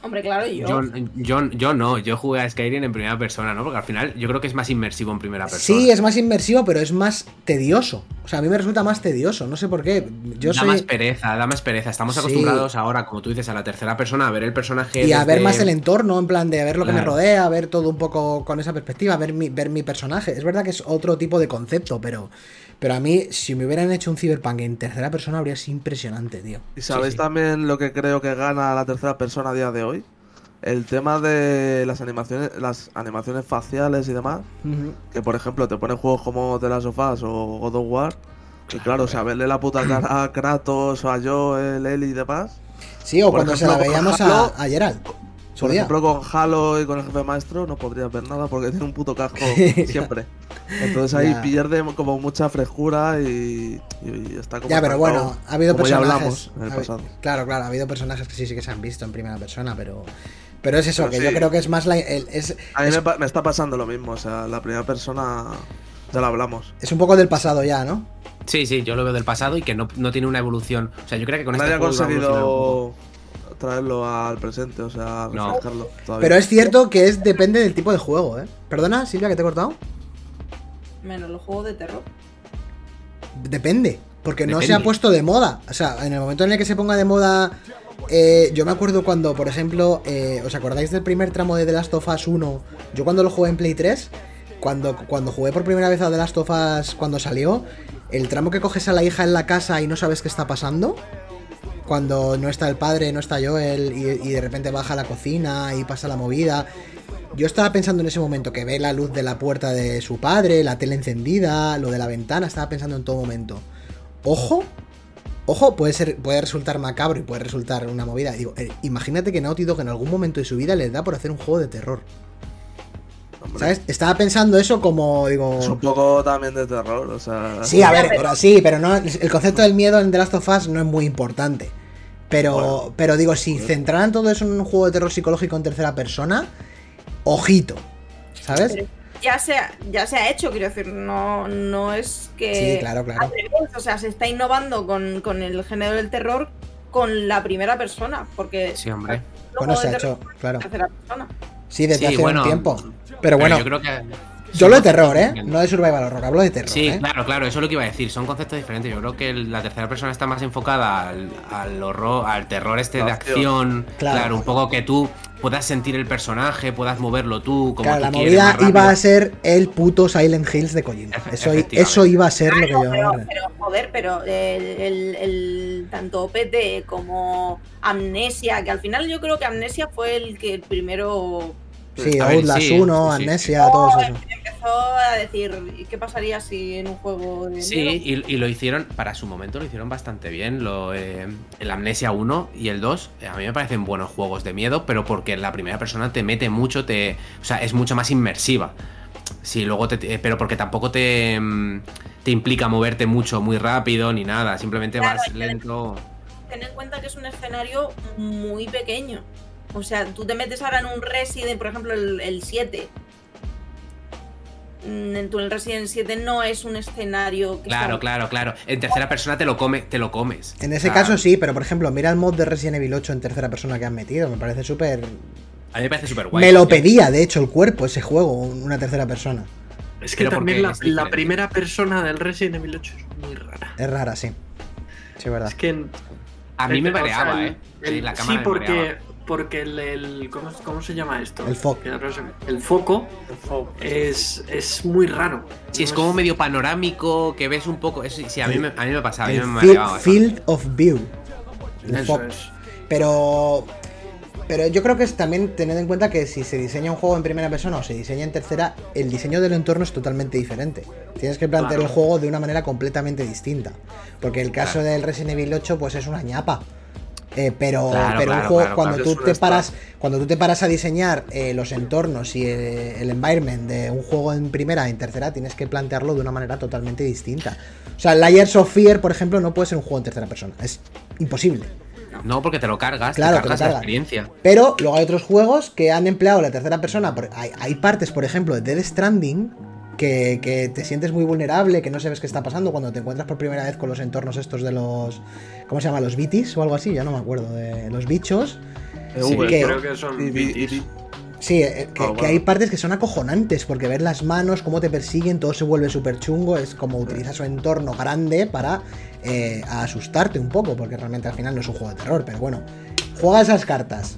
Hombre, claro, y yo.
Yo, yo, yo no, yo jugué a Skyrim en primera persona, ¿no? Porque al final yo creo que es más inmersivo en primera persona.
Sí, es más inmersivo, pero es más tedioso. O sea, a mí me resulta más tedioso, no sé por qué. Yo
da más
soy.
pereza, da más pereza. Estamos
Sí.
acostumbrados ahora, como tú dices, a la tercera persona, a ver el personaje.
Y a ver
desde-
más el entorno, en plan de a ver lo que me
Claro.
rodea, a ver todo un poco con esa perspectiva, ver mi, ver mi personaje. Es verdad que es otro tipo de concepto, pero, pero a mí, si me hubieran hecho un cyberpunk en tercera persona, habría sido impresionante, tío.
¿Y sabéis
sí.
también lo que creo que gana la tercera persona a día de hoy? El tema de las animaciones, las animaciones faciales y demás. Que por ejemplo te ponen juegos como The Last of Us o God of War. Que claro, o sea, verle la puta cara a Kratos, a Joel, Eli y demás.
Sí, o
Por
cuando se la
ejemplo,
veíamos a,
Halo-
a Geralt. su
Por
día.
ejemplo, con Halo y con el jefe maestro no podrías ver nada porque tiene un puto casco siempre. Entonces ahí
Ya.
pierde como mucha frescura y, y está como.
Ya, pero
estancado,
bueno, ha habido
como ya
personajes.
hablamos en el
ha habi-
pasado.
Claro, claro, ha habido personajes que sí, sí que se han visto en primera persona, pero. Pero es eso,
Pero
que
sí.
yo creo que es más la. el- es,
A mí
es-
me, pa- me está pasando lo mismo, o sea, la primera persona ya la hablamos.
es un poco del pasado ya, ¿no?
Sí, sí, yo lo veo del pasado y que no, no tiene una evolución. O sea, yo creo que con este
Nadie ha
juego iba a evolucionar un
conseguido traerlo al presente, o sea,
No.
refrescarlo todavía.
Pero es cierto que es depende del tipo de juego, ¿eh? ¿Perdona, Silvia, que te he cortado?
Menos los juegos de terror.
Depende, porque no se
Depende.
ha puesto de moda. O sea, en el momento en el que se ponga de moda. eh, yo me acuerdo cuando, por ejemplo, eh, ¿os acordáis del primer tramo de The Last of Us 1? Yo cuando lo jugué en Play 3, cuando, cuando jugué por primera vez a The Last of Us cuando salió, el tramo que coges a la hija en la casa y no sabes qué está pasando, cuando no está el padre, no está Joel, y, y de repente baja a la cocina y pasa la movida. Yo estaba pensando en ese momento que ve la luz de la puerta de su padre, la tele encendida, lo de la ventana, estaba pensando en todo momento. Ojo, ojo, puede ser, puede resultar macabro y puede resultar una movida. Digo, eh, imagínate que Naughty Dog en algún momento de su vida les da por hacer un juego de terror.
Hombre,
¿Sabes? Estaba pensando eso como, digo.
Es un poco también de terror, o sea.
Sí, a ver, pero sí, pero no. El concepto del miedo en The Last of Us no es muy importante. Pero,
Bueno.
pero digo, si
Bueno.
centraran todo eso en un juego de terror psicológico en tercera persona, ojito. ¿Sabes?
Pero ya se ha, ya se ha hecho, quiero decir, no, no es que.
Sí, claro, claro.
al revés, O sea, se está innovando con, con el género del terror con la primera persona, porque
Sí, hombre.
los
Bueno,
juegos
se ha
de terror
hecho, claro.
son de tercera persona.
Sí, desde
Sí,
hace
bueno,
un tiempo. Pero bueno,
yo creo que.
yo hablo de terror, ¿eh? No de survival horror, hablo de terror.
Sí,
¿eh?
claro, claro, eso es lo que iba a decir. Son conceptos diferentes. Yo creo que el- la tercera persona está más enfocada al, al horror, al terror este de
La
acción.
Claro.
Claro. un poco que tú puedas sentir el personaje, puedas moverlo tú, como
Claro,
tú
la
quieres,
movida
más rápido.
iba a ser el puto Silent Hills de Kojima. Eso,
Efe-
i-
efectivamente.
eso iba a ser lo que yo.
Pero, pero, joder, pero el, el- el- tanto PT como Amnesia, que al final yo creo que Amnesia fue el que primero
Sí,
A ver,
Outlast
sí,
1,
sí, sí.
Amnesia, todo eso.
empezó a decir qué pasaría si en un juego de miedo?
Sí, y, y lo hicieron, para su momento lo hicieron bastante bien. Lo, eh, el Amnesia 1 y el 2, eh, a mí me parecen buenos juegos de miedo, pero porque la primera persona te mete mucho, te, o sea, es mucho más inmersiva. Sí, luego te, te- pero porque tampoco te, mm, te implica moverte mucho, muy rápido, ni nada, simplemente
Claro,
vas
y-
lento.
ten en cuenta que es un escenario muy pequeño. O sea, tú te metes ahora en un Resident, por ejemplo, el, el 7. Mm, En tu el Resident 7 no es un escenario que
Claro,
sea-
claro, claro. En tercera persona te lo come, te lo comes.
En ese
O sea,
caso sí, pero por ejemplo, mira el mod de Resident Evil 8 en tercera persona que han metido. Me parece súper.
A mí me parece súper guay.
Me lo pedía, de hecho, el cuerpo, ese juego, un- una tercera persona.
Es que
Pero
también
porque
la,
es
la
diferente.
primera persona del Resident Evil 8 es muy rara.
Es rara, sí. Sí, es verdad.
Es que
A mí me
o sea,
mareaba,
el-
¿eh? Sí,
el-
la
sí,
cámara me mareaba.
porque, porque el, el- ¿cómo, cómo se llama esto?
El foco.
El foco es, es muy raro.
Sí, es
No
como medio panorámico, que ves un poco. Eso, sí, a mí me, a mí me pasaba, a mí
El
me
fi-
mareaba.
Field of View. El
Eso
foco.
es.
Pero. Pero yo creo que es también tener en cuenta que si se diseña un juego en primera persona o se diseña en tercera, el diseño del entorno es totalmente diferente. Tienes que plantear
Claro.
el juego de una manera completamente distinta. Porque el caso del Resident Evil 8, pues es una ñapa. Eh, pero
Claro,
pero un
claro,
juego,
claro,
cuando
claro. Es
tú
un
te
spa.
paras, cuando tú te paras a diseñar eh, los entornos y eh, el environment de un juego en primera, en tercera, tienes que plantearlo de una manera totalmente distinta. O sea, Layers of Fear, por ejemplo, no puede ser un juego en tercera persona. Es imposible.
No, porque te lo cargas,
Claro,
te
te lo
cargas la
cargas.
experiencia.
Pero luego hay otros juegos que han empleado la tercera persona. por- hay, hay partes, por ejemplo, de Dead Stranding que, que te sientes muy vulnerable, que no sabes qué está pasando cuando te encuentras por primera vez con los entornos estos de los. ¿Cómo se llama? Los bitis o algo así, ya no me acuerdo. De los bichos.
Sí,
que-
Creo que son
Y- y-
BTs.
y-
Sí, eh, que,
Ah,
Oh,
bueno.
que hay partes que son acojonantes, porque ver las manos, cómo te persiguen, todo se vuelve súper chungo, es como utilizas un entorno grande para eh, asustarte un poco, porque realmente al final no es un juego de terror, pero bueno, juega esas cartas.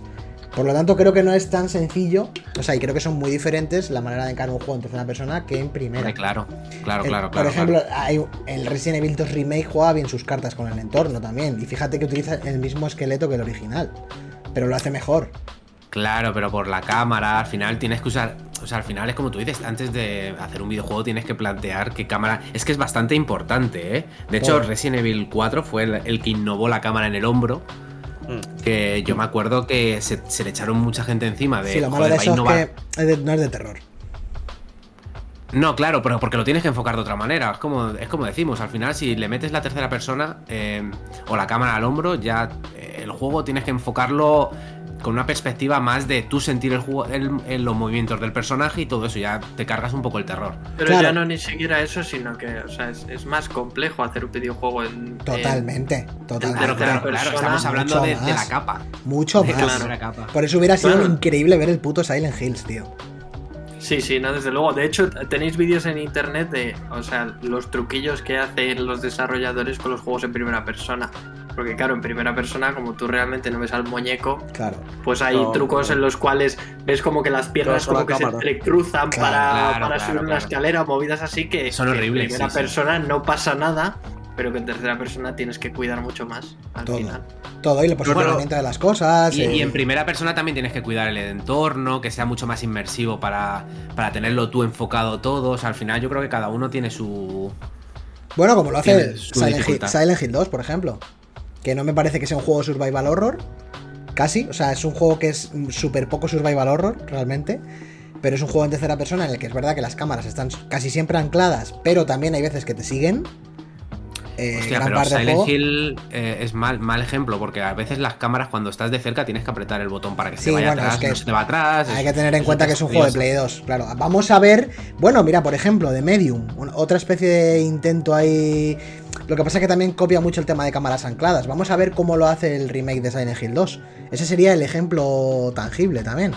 Por lo tanto, creo que no es tan sencillo, o sea, y creo que son muy diferentes la manera de encarar un juego en tercera persona que en primera.
Hombre, claro, claro,
El- Eh,
claro, claro.
Por ejemplo,
claro.
hay- el Resident Evil 2 Remake juega bien sus cartas con el entorno también, y fíjate que utiliza el mismo esqueleto que el original, pero lo hace mejor.
Claro, pero por la cámara, al final tienes que usar. O sea, al final es como tú dices, antes de hacer un videojuego tienes que plantear qué cámara. Es que es bastante importante, ¿eh? De hecho,
Todo.
Resident Evil 4 fue el, el que innovó la cámara en el hombro.
Mm.
Que yo me acuerdo que se, se le echaron mucha gente encima de.
Sí, lo malo
"Joder,
de
va a
eso es
innovar". Eh,
que es de- no es de terror.
No, claro, pero porque lo tienes que enfocar de otra manera. Es como, es como decimos, al final si le metes la tercera persona eh, o la cámara al hombro, ya eh, el juego tienes que enfocarlo con una perspectiva más de tú sentir el, jugo- el- el- los movimientos del personaje y todo eso, ya te cargas un poco el terror.
Pero
Claro.
ya no ni siquiera eso, sino que o sea, es, es más complejo hacer un videojuego en. en-
Totalmente,
Claro,
totalmente.
Pero- Tercera
claro, claro,
persona,
estamos hablando
mucho
de, de la
más.
capa.
Mucho
de la
más.
primera capa.
Por eso hubiera sido
Claro.
increíble ver el puto Silent Hills, tío.
Sí, sí, no, desde luego. De hecho, t- tenéis vídeos en internet de, o sea, los truquillos que hacen los desarrolladores con los juegos en primera persona. Porque claro, en primera persona, como tú realmente no ves al muñeco,
Claro.
pues hay
No,
trucos
claro.
en los cuales ves como que las piernas como
Claro, con
que
la
se
cámara.
entrecruzan
Claro,
para,
claro,
para
claro,
subir una
claro.
escalera, movidas así que
Son
que
horribles,
En primera
sí, sí.
persona no pasa nada, pero que en tercera persona tienes que cuidar mucho más al
Todo.
final.
Todo y el posicionamiento de las cosas.
Y,
eh,
y en primera persona también tienes que cuidar el entorno, que sea mucho más inmersivo para, para tenerlo tú enfocado todos. al final yo creo que cada uno tiene su...
Bueno, como lo hace
Tiene su
Silent Hill,
dificultad.
Silent Hill 2, por ejemplo. Que no me parece que sea un juego survival horror. Casi. O sea, es un juego que es mm, súper poco survival horror, realmente. Pero es un juego en tercera persona en el que es verdad que las cámaras están casi siempre ancladas, pero también hay veces que te siguen. Eh,
Hostia,
gran
pero
parte del
Silent
juego.
Hill eh, es mal, mal ejemplo, porque a veces las cámaras cuando estás de cerca tienes que apretar el botón para que se
Sí,
vaya
bueno,
atrás,
es que
no se te va atrás.
Hay
es-
que tener en
es
cuenta
una
que es un juego de Play
curiosa.
2, claro. Vamos a ver. Bueno, mira, por ejemplo, de Medium. una- otra especie de intento ahí. Lo que pasa es que también copia mucho el tema de cámaras ancladas. Vamos a ver cómo lo hace el remake de Silent Hill 2. Ese sería el ejemplo tangible también.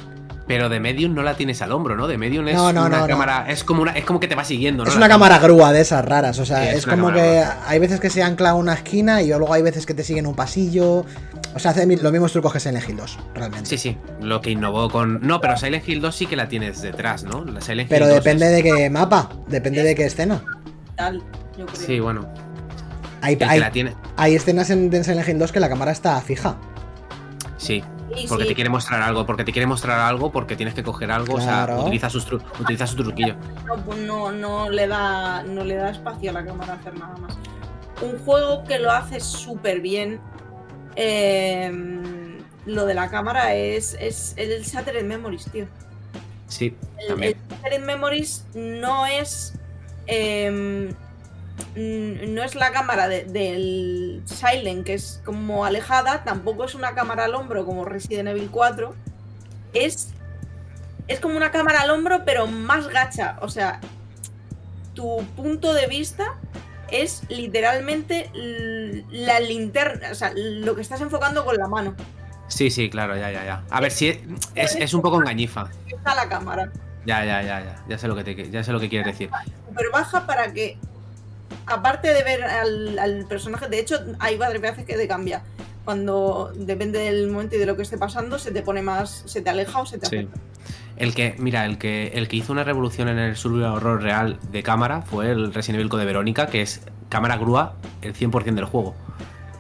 Pero de Medium no la tienes al hombro, ¿no? De Medium es
No, no, no,
una
no.
cámara. Es como una, es como que te va siguiendo, ¿no?
es
La
una cámara grúa de esas raras. O sea,
Sí, es
es,
una
como
cámara
que hay veces que se ancla a una esquina y luego hay veces que te siguen un pasillo. O sea, hace mi- los mismos trucos que Silent Hill 2, realmente.
Sí, sí. Lo que innovó con. No, pero Silent Hill 2 sí que la tienes detrás, ¿no? La Silent
Pero
Hill 2
depende
es-
de qué mapa, depende de qué escena.
Tal, yo creo.
Sí, bueno.
Hay,
El que
hay-
la tiene.
Hay escenas en en Silent Hill 2 que la cámara está fija.
Sí.
Y
Porque
sí,
te quiere mostrar algo, porque te quiere mostrar algo, porque tienes que coger algo, o
Claro.
sea, utiliza, sus tru- utiliza su truquillo.
no, pues no, no le da, no le da espacio a la cámara a hacer nada más. Un juego que lo hace súper bien. eh, lo de la cámara es, es el Shattered Memories, tío.
Sí,
El-
también.
El Shattered Memories no es. em, mm, no es la cámara de- del Silent, que es como alejada, tampoco es una cámara al hombro como Resident Evil 4. Es. Es como una cámara al hombro, pero más gacha. O sea, tu punto de vista es literalmente l- la linterna, o sea, lo que estás enfocando con la mano.
Sí, sí, claro, ya, ya, ya. A ver si es, es, es un poco engañifa.
Está la cámara.
Ya, ya, ya, ya. Ya sé lo que te, ya sé lo que quieres decir.
súper baja para que, aparte de ver al, al personaje, de hecho, hay varias veces que te cambia. Cuando depende del momento y de lo que esté pasando, se te pone más, se te aleja o se te
Sí.
acerca.
El que, mira, el que, el que hizo una revolución en el survival horror real de cámara fue el Resident Evil Code de Verónica, que es cámara grúa el 100% del juego.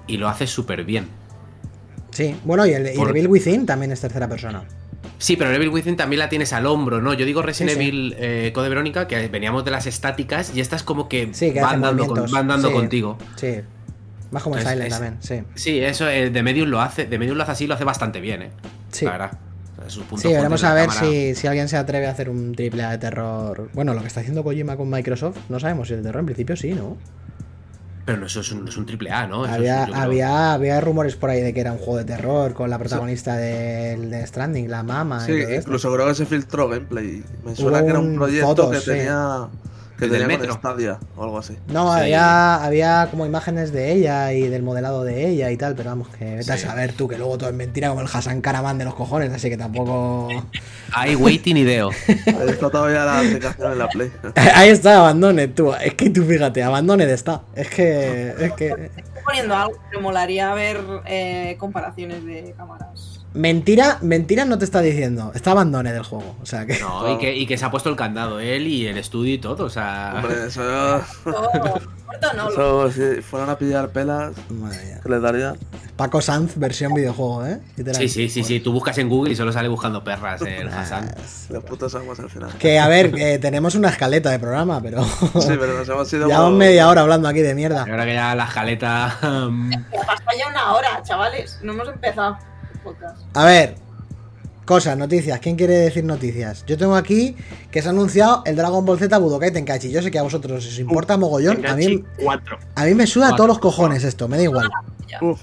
Y lo hace súper bien.
Sí. Bueno, y el, y
Por-
el Bill Within también es tercera persona.
Sí, pero el Evil Within también la tienes al hombro, ¿no? Yo digo
Sí,
Resident
sí.
Evil eh, Code Verónica, que veníamos de las estáticas y estas como que,
Sí, que hacen
van dando, con-
movimientos.
van dando
Sí.
contigo.
Sí. Más como en
Es-
Silent
es-
también, sí.
Sí, eso eh, de Medium lo hace, de Medium lo hace así, lo hace bastante bien, ¿eh?
Sí.
La verdad. O sea, sus puntos
Sí, veremos
fuertes de
a
la
ver
cámara.
si, si alguien se atreve a hacer un triple A de terror. Bueno, lo que está haciendo Kojima con Microsoft, no sabemos si el terror en principio sí, ¿no?
Pero no, eso es un, es un triple A, ¿no? Eso es,
había,
yo creo-
había, había rumores por ahí de que era un juego de terror con la protagonista del de Stranding, la mama. y
Sí,
todo esto.
incluso creo que se filtró gameplay. Me suena
Hubo
que
Ah, este.
era un
un
proyecto
fotos,
que
sí.
tenía, que
Del
tenía
metro.
con Stadia o algo así.
No,
Sí.
había, había como imágenes de ella y del modelado de ella y tal, pero vamos, que vete a
Sí.
saber tú, que luego todo es mentira como el Hassan Karaman de los cojones, así que tampoco...
Hay waiting ideo.
Ahí está todavía la aplicación en la Play.
Ahí está, abandone, tú, es que tú fíjate, abandone está, es que... Es que...
Estoy poniendo algo que molaría ver eh, comparaciones de cámaras.
Mentira, mentira no te está diciendo, está abandone del juego, o sea que...
No, y que, y que se ha puesto el candado él y el estudio y todo, o sea...
Hombre, eso,
Todo, muerto no, lo-
eso si fueran a pillar pelas,
Madre mía.
que les daría.
Paco Sanz versión videojuego, ¿eh? Literal.
Sí, sí, sí, sí, tú buscas en Google y solo sale buscando perras eh, el Hassan.
Las putas aguas al final.
Que a ver, que tenemos una escaleta de programa, pero...
Sí, pero nos hemos ido.
Llevamos
por-
media hora hablando aquí de mierda.
Y Ahora que ya la jaleta... mm,
que ha pasado ya una hora, chavales. No hemos empezado. el podcast.
A ver, cosas, noticias. ¿Quién quiere decir noticias? Yo tengo aquí que se ha anunciado el Dragon Ball Z Budokai Tenkaichi. Yo sé que a vosotros os importa mogollón. A
Tengachi
mí,
4.
a mí me suda a
Cuatro.
todos los cojones esto, me da igual.
Uf,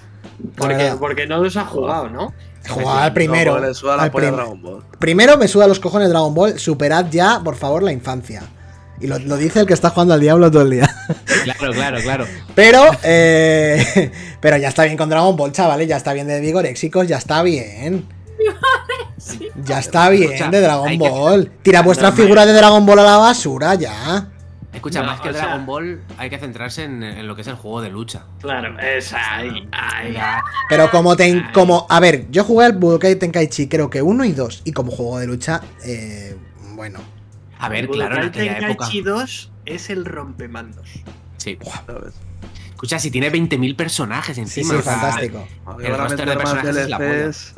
Porque,
verdad.
porque no los ha jugado, ¿no?
Jugar al primero.
No, le suda la
al
polla a
prim-
Dragon Ball.
Primero me suda los cojones Dragon Ball. Superad ya, por favor, la infancia. Y lo, lo dice el que está jugando al diablo todo el día.
Claro, claro, claro.
Pero, eh, pero ya está bien con Dragon Ball, chavales. Ya está bien de Vigorexicos, ya está bien. Ya está bien de Dragon
hay que-
Ball. Tira vuestra
Normal.
figura de Dragon Ball a la basura ya.
Escucha,
No,
más que
o sea-
Dragon Ball, hay que centrarse en, en lo que es el juego de lucha.
Claro, es ahí, ahí.
Ya,
Pero como te. in- Como, a ver, yo jugué al Budokai Tenkaichi, creo que uno y dos. Y como juego de lucha, eh, bueno.
A ver,
Budokai
claro, en aquella época.
Tenkaichi 2 es el rompemandos.
Sí.
¿sabes?
Escucha, si tiene 20.000 personajes
Sí,
encima.
sí,
o sea,
fantástico.
Aunque
El
van a
roster de
meter más
personajes es la polla.
DLCs.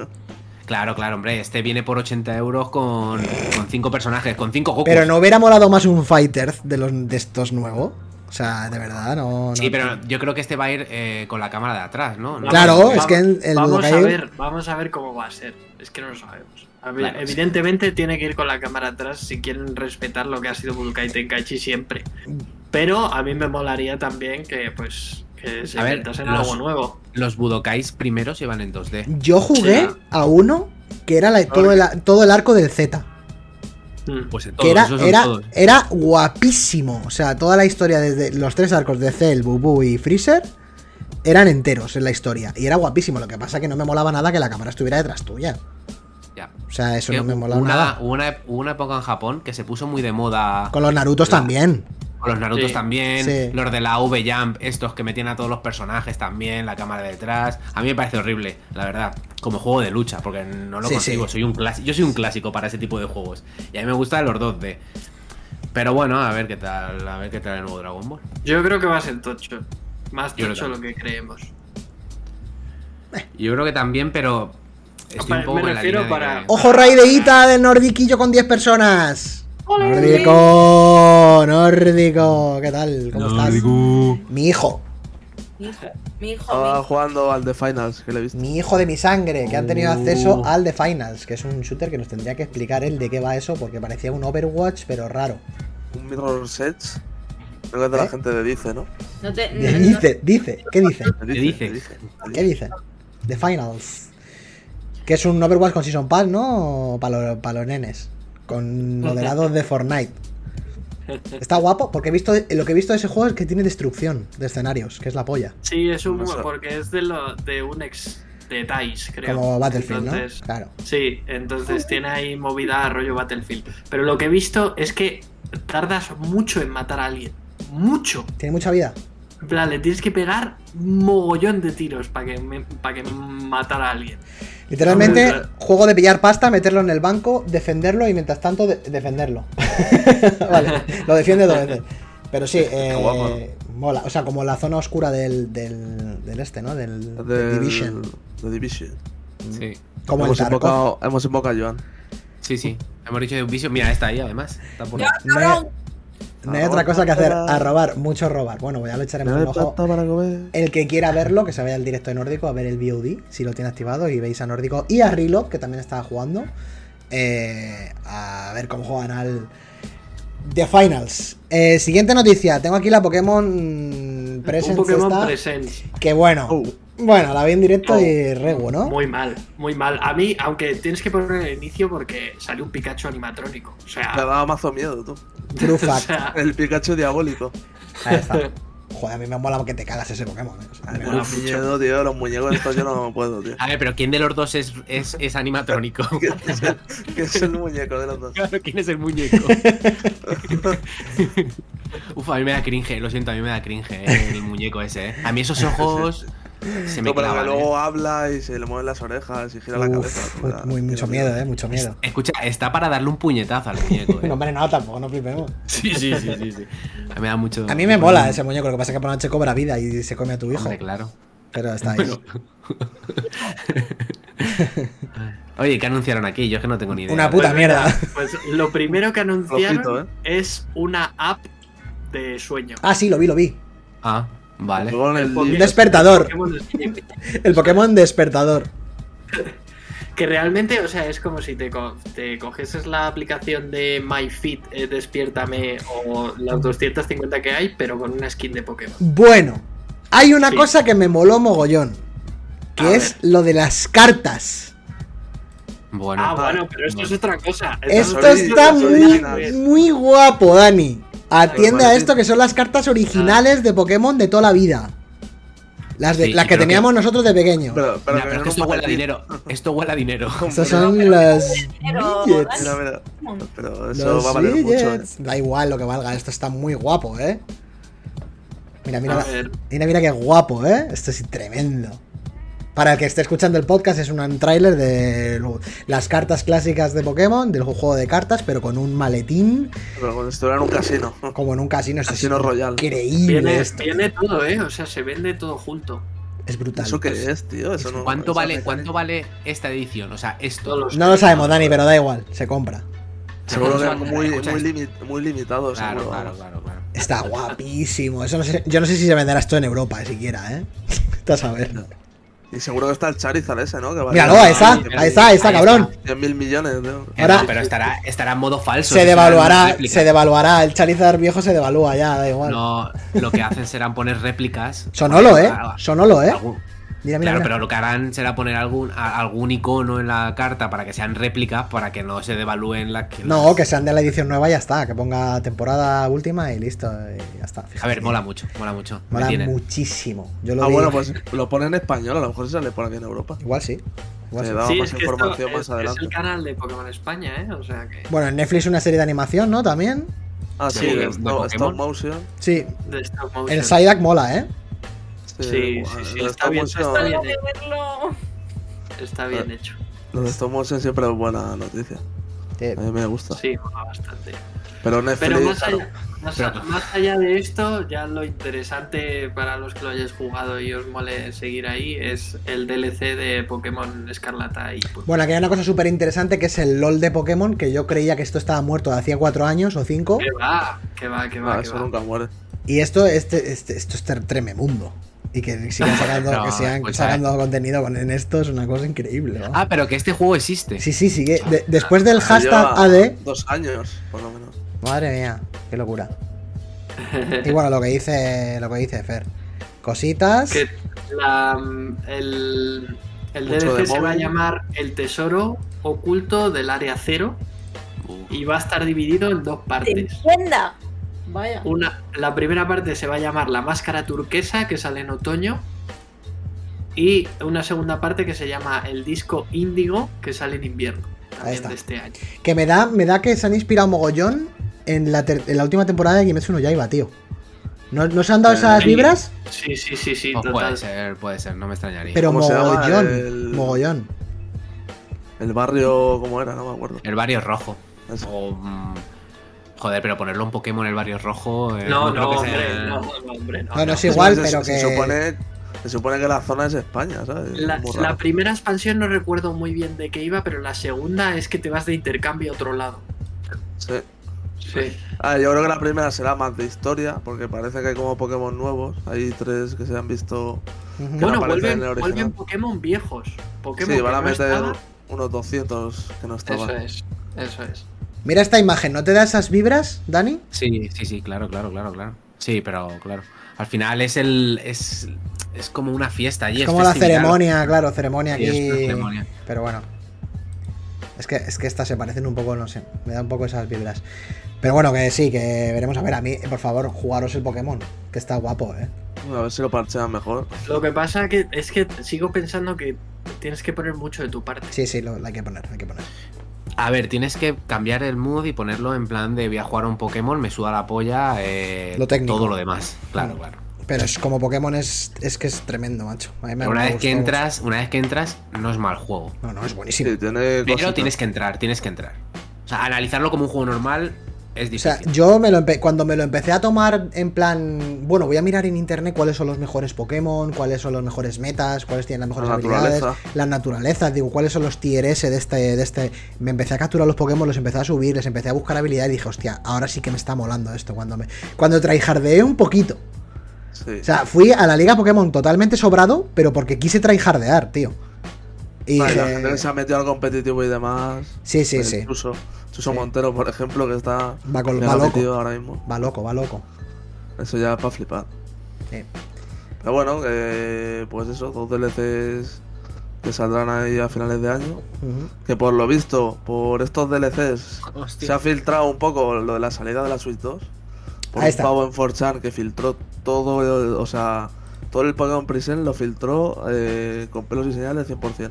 Claro, claro, hombre. Este viene por 80 euros con, con 5 personajes, con 5 Goku.
Pero no hubiera molado más un fighter de los de estos nuevo. O sea, de verdad, no. no-
Sí, pero yo creo que este va a ir eh, con la cámara de atrás, ¿no? ¿No?
Claro,
Vamos-
es que el- el
vamos
Budokai-
a ver, vamos a ver cómo va a ser. Es que no lo sabemos. A ver,
Claro, sí.
Evidentemente tiene que ir con la cámara atrás si quieren respetar lo que ha sido Budokai Tenkaichi siempre. Pero a mí me molaría también que pues que se
A ver,
inventasen
los-
algo nuevo.
Los Budokais primeros iban en 2D.
Yo jugué
Sí.
a uno que era la- todo, el, todo el arco del Z.
Mm.
Pues en
Que
todos,
era,
esos son
era,
todos.
era guapísimo. O sea, toda la historia desde los tres arcos de Cell, Bubu y Freezer eran enteros en la historia. Y era guapísimo. Lo que pasa que no me molaba nada que la cámara estuviera detrás tuya.
Ya.
O sea, eso
Que
no me molaba
una,
nada.
hubo una, hubo una época en Japón que se puso muy de moda
Con los Narutos
la-
también.
Con los Narutos
Sí.
también,
Sí.
los de la V Jump, estos que metían a todos los personajes también, la cámara detrás. A mí me parece horrible, la verdad. Como juego de lucha, porque no lo
Sí,
consigo.
sí.
Soy un clásico. Yo soy un clásico para ese tipo de juegos. Y a mí me gustan los 2D. Pero bueno, a ver qué tal, a ver qué tal el nuevo Dragon Ball.
Yo creo que va a ser tocho. Más
Yo creo
tocho de
también.
lo que creemos.
Yo creo que también, pero estoy
Apa,
un poco
me
en la
refiero
línea de
para-
que-
¡Ojo, Raideita del Nordiquillo con 10 personas!
¡Ole!
¡Nórdico! ¡Nórdico! ¿Qué tal? ¿Cómo estás? Mi hijo.
Mi hijo, mi hijo.
Estaba jugando al The Finals, que le he visto.
Mi hijo de mi sangre, que han tenido acceso
Oh.
al The Finals, que es un shooter que nos tendría que explicar él de qué va eso, porque parecía un Overwatch, pero raro.
Un Mirror Sets. Creo que es de
¿Eh?
la gente de Dice, ¿no?
No te, no- no-
Dice, dice, ¿qué dice?
De
¿Qué
Dice,
dices?
de Dice.
¿Qué dice? The Finals. Que es un Overwatch con Season Pass, ¿no? Para los, los nenes. Con moderados de Fortnite. Está guapo, porque he visto, lo que he visto de ese juego es que tiene destrucción de escenarios, que es la polla.
Sí, es un
No sé.
porque es de lo de un ex de Dice, creo.
Como Battlefield,
Entonces,
¿no? Claro.
Sí, entonces tiene ahí movida rollo Battlefield. Pero lo que he visto es que tardas mucho en matar a alguien. Mucho.
Tiene mucha vida.
En plan, le tienes que pegar un mogollón de tiros para que, me- pa' que matara a alguien.
Literalmente,
Hombre, claro.
juego de pillar pasta, meterlo en el banco, defenderlo y mientras tanto de- defenderlo. vale, lo defiende dos veces. Pero sí, eh,
guapo,
mola. O sea, como la zona oscura del, del, del este, ¿no? Del, del
Del-
Division.
The Division.
Sí,
Como el
hemos,
Tarkov.
invocado, hemos invocado a Joan.
sí, sí. Hemos dicho de un vicio. Mira, está ahí además. Está por-
No hay, no hay
Arroba
otra cosa que hacer,
para-
a robar, mucho robar. Bueno, ya lo echaremos
Me
un
da
ojo.
plata para comer.
El que quiera verlo, que se vaya al directo de Nórdico a ver el VOD, si lo tiene activado, y veis a Nórdico y a Reload, que también estaba jugando, eh, a ver cómo juegan al The Finals. Eh, siguiente noticia, tengo aquí la Pokémon
un
Presence
Pokémon
esta,
Presents.
que bueno,
Oh.
bueno, la vi en directo
Oh.
y regu, ¿no?
Muy mal, muy mal. A mí, aunque tienes que poner el inicio porque salió un Pikachu animatrónico. O
Me
sea,
daba mazo miedo, tú.
True
o
fact.
sea,
El Pikachu diabólico.
Ahí está. Joder, a mí me mola que te cagas ese Pokémon. eh. O sea, me
Me
mola.
da
mucho.
miedo, tío. Los muñecos estos yo no puedo, tío.
A ver, pero ¿quién de los dos es, es, es animatrónico?
Que es el muñeco de los dos.
Claro, ¿quién es el muñeco? Uf, a mí me da cringe, lo siento, a mí me da cringe eh, el muñeco ese. eh. A mí esos ojos se me
No, pero
¿eh?
que
clavaban.
luego habla y se le mueven las orejas y gira la
Uf,
cabeza. tú, ya.
muy, mucho
Tiene
miedo, eh, mucho miedo.
eh. Escucha, está para darle un puñetazo al muñeco. eh.
No, hombre, no, tampoco, no flipemos.
Sí, sí, sí, sí, sí. A mí me da mucho.
A mí me mola ese muñeco, lo que pasa es que por la noche cobra vida y se come a tu hijo.
Hombre, claro.
Pero está ahí.
Bueno. Oye, ¿qué anunciaron aquí? Yo es que no tengo ni idea.
Una puta
Pues
mierda.
pues lo primero que anunciaron
Flojito, ¿eh?
es una app de sueño.
Ah, sí, lo vi, lo vi.
Ah, vale.
Luego en el
Porque-
Un
libro-
despertador.
Pokémon Sleep.
El Pokémon despertador.
Que realmente, o sea, es como si te, co- te cogeses la aplicación de MyFit, eh, Despiértame o las 250 que hay, pero con una skin de Pokémon.
Bueno, hay una
Sí.
cosa que me moló mogollón. que es lo de las cartas.
Bueno,
Ah, bueno, pero esto es otra cosa.
Esto
originales,
está
las
muy,
originales.
Pues,
muy guapo, Dani. Atiende
Ah,
a
vale.
esto que son las cartas originales de Pokémon de toda la vida. Las, de,
Sí,
las que
y creo que-
teníamos nosotros de pequeños.
Pero, pero
Nah, pero es que
viene
esto
un
huele a
paquete.
dinero. Esto huele a dinero.
Estos
Pero-
son
pero-
los
pero-
widgets.
Mira, mira. Pero eso
Los
va a valer mucho. ¿eh?
widgets. Da igual lo que valga, esto está muy guapo, ¿eh? Mira,
A
mira,
ver.
mira, mira qué guapo, ¿eh? Esto es tremendo. Para el que esté escuchando el podcast, es un tráiler de lo- las cartas clásicas de Pokémon, del juego de cartas, pero con un maletín,
Pero cuando estuviera en un casino.
como en un casino. Esto
Casino
es
Royal.
increíble
Viene,
esto.
viene todo, ¿eh? O sea, se vende todo junto.
Es brutal.
¿Eso qué es, tío? Eso no, pues,
¿Cuánto
eso
vale,
me-
cuánto vale esta edición? O sea, esto.
No lo sé.
No lo sabemos, Dani, pero da igual, se compra.
Seguro que
Escucha,
muy,
escucha
muy,
esto.
limi- muy limitado,
Claro,
seguro.
claro, claro, claro.
Está guapísimo. Eso no sé- yo no sé si se venderá esto en Europa siquiera, ¿eh? Está a saber.
Y seguro que está el Charizard ese, ¿no? Que vale
Míralo, ahí está,
Ahí
ahí está, ahí está,
está.
cabrón.
100 mil millones, tío.
Eh,
Ahora-
no, pero estará, estará en modo falso.
se
eso será una
devaluará,
réplica.
se devaluará. El Charizard viejo se devalúa ya, da igual.
No, lo que hacen serán poner réplicas.
Sonolo, ¿eh?
Ah,
Sonolo, ¿eh?
algún-
Mira, mira,
claro,
mira.
pero lo que harán será poner algún, a- algún icono en la carta para que sean réplicas, para que no se devalúen las que.
No, que sean de la edición nueva y ya está. Que ponga temporada última y listo. Y ya está.
A
Fíjate
ver,
que
mola mucho, mola mucho. me
Mola
tienen.
muchísimo. Yo lo
Ah,
vi-
bueno, pues lo pone en español, a lo mejor sale por aquí en Europa.
Igual sí. Igual
Te
sí.
da
Sí,
más
es que esto
información
es,
más adelante.
es el canal de Pokémon España, ¿eh? O sea que.
Bueno, en Netflix una serie de animación, ¿no? También.
Ah,
Sí,
sí,
de-
de
de
stop, stop
Pokémon.
motion.
Sí.
De stop motion.
El Psyduck mola, ¿eh?
Sí, sí, sí,
lo
está
de stop
bien,
motion-
está bien.
Tengo que verlo.
Está bien hecho.
Lo de stop motion siempre es buena noticia.
Sí.
A mí me gusta.
Sí, mola bastante.
Pero Netflix.
Pero más
claro,
allá, más,
Pero-
más allá de esto, ya lo interesante para los que lo hayáis jugado y os mole seguir ahí es el DLC de Pokémon Escarlata y Púrpura.
Bueno, aquí hay una cosa súper interesante que es el LOL de Pokémon, que yo creía que esto estaba muerto de hacía cuatro años o cinco.
Que va, que va, que va,
ah,
que
eso
va.
nunca muere.
Y esto, este, este- esto es ter- trememundo. Y que sigan sacando,
No,
que sigan
escucha,
sacando contenido con, en esto es una cosa increíble. ¿no?
Ah, pero que este juego existe.
Sí, sí, sigue. De- después del
Pero
hashtag
lleva
AD.
Dos años, por lo menos.
Madre mía, qué locura. Y bueno, lo que dice, lo que dice Fer. Cositas.
Que la, mm, el, el
Mucho
DLC
de
se va a
móvil.
llamar El Tesoro Oculto del Área Cero
Uh,
y va a estar dividido en dos
¡Te
partes.
entienda! Vaya.
Una, la primera parte se va a llamar La Máscara Turquesa, que sale en otoño. Y una segunda parte que se llama El Disco Índigo, que sale en invierno. También
está.
de este año.
Que me da, me da que se han inspirado mogollón en la, ter- en la última temporada de Kimetsu no Yaiba, tío. ¿No, no se han dado
Eh,
esas
sí.
vibras?
Sí, sí, sí, sí,
pues puede
total.
ser, puede ser, no me extrañaría.
Pero
¿Cómo se llama?
mogollón.
El-
Mogollón.
El barrio, ¿cómo era? No me acuerdo.
El barrio rojo.
Eso.
O, mm, joder, pero ponerlo un Pokémon en el barrio rojo. eh,
No, no,
creo que sea-
hombre, no, no, hombre, no.
No, no,
no.
es igual,
se-
pero
se-
que.
Se supone, se supone que la zona es España, ¿sabes? Es
La,
muy
la
raro.
primera expansión no recuerdo muy bien de qué iba, pero la segunda es que te vas de intercambio a otro lado.
Sí.
Sí.
Ah, yo creo que la primera será más de historia, porque parece que hay como Pokémon nuevos. Hay tres que se han visto.
Ujú.
Que no
Bueno,
aparece
vuelven,
en el original.
vuelven Pokémon viejos. Pokémon
sí, van a
que no
meter
estaba.
unos 200 que no
Eso
estaban.
es, eso es.
Mira esta imagen, ¿no te da esas vibras, Dani?
Sí, sí, sí, claro, claro, claro, claro. Sí, pero claro. Al final es el. Es, es como una fiesta allí.
Es
es
como la
festividad.
ceremonia, claro, ceremonia
Sí,
aquí.
es una ceremonia.
Pero bueno. Es que, es que estas se parecen un poco, no sé. Me da un poco esas vibras. Pero bueno, que sí, que veremos. A ver, a mí, por favor, jugaros el Pokémon. Que está guapo, eh.
A ver si lo parchean mejor.
Lo que pasa que es que sigo pensando que tienes que poner mucho de tu parte.
Sí, sí, lo, lo hay que poner, lo hay que poner.
A ver, tienes que cambiar el mood y ponerlo en plan de voy a jugar a un Pokémon, me suda la polla, eh,
Lo técnico. Mm.
todo lo demás. Claro, claro.
Pero es como Pokémon es, es que es tremendo, macho. A mí me
Pero una
me
vez que
gustó.
entras, una vez que entras, no es mal juego.
No, no, es buenísimo.
Sí, tiene
Pero
cositas.
tienes que entrar, tienes que entrar. O sea, analizarlo como un juego normal es
O sea,
difícil.
yo me lo empe- cuando me lo empecé a tomar en plan, bueno, voy a mirar en internet cuáles son los mejores Pokémon, cuáles son los mejores metas, cuáles tienen las mejores
La
habilidades,
naturaleza.
las naturalezas, digo, cuáles son los tier S de este, de este. Me empecé a capturar los Pokémon, los empecé a subir, les empecé a buscar habilidades y dije, hostia, ahora sí que me está molando esto cuando me. Cuando tryhardeé un poquito.
Sí.
O sea, fui a la Liga Pokémon totalmente sobrado, pero porque quise tryhardear, tío. Y
Vale, la
dije,
gente que se ha metido al competitivo y demás.
Sí, eh, sí,
Pues
sí.
Incluso Suso Montero, por ejemplo, que está
Va col-
mega
va loco. Eh,
metido ahora mismo.
Va loco, va loco.
Eso ya es para flipar.
Sí.
Pero bueno, eh, pues eso, dos DLCs que saldrán ahí a finales de año.
Ujú.
Que por lo visto, por estos DLCs,
Hostia.
se ha filtrado un poco lo de la salida de la Switch 2. Por
Ahí
un
está.
pavo en 4chan que filtró todo, el- o sea, todo el Pokémon Prison lo filtró eh, con pelos y señales 100%.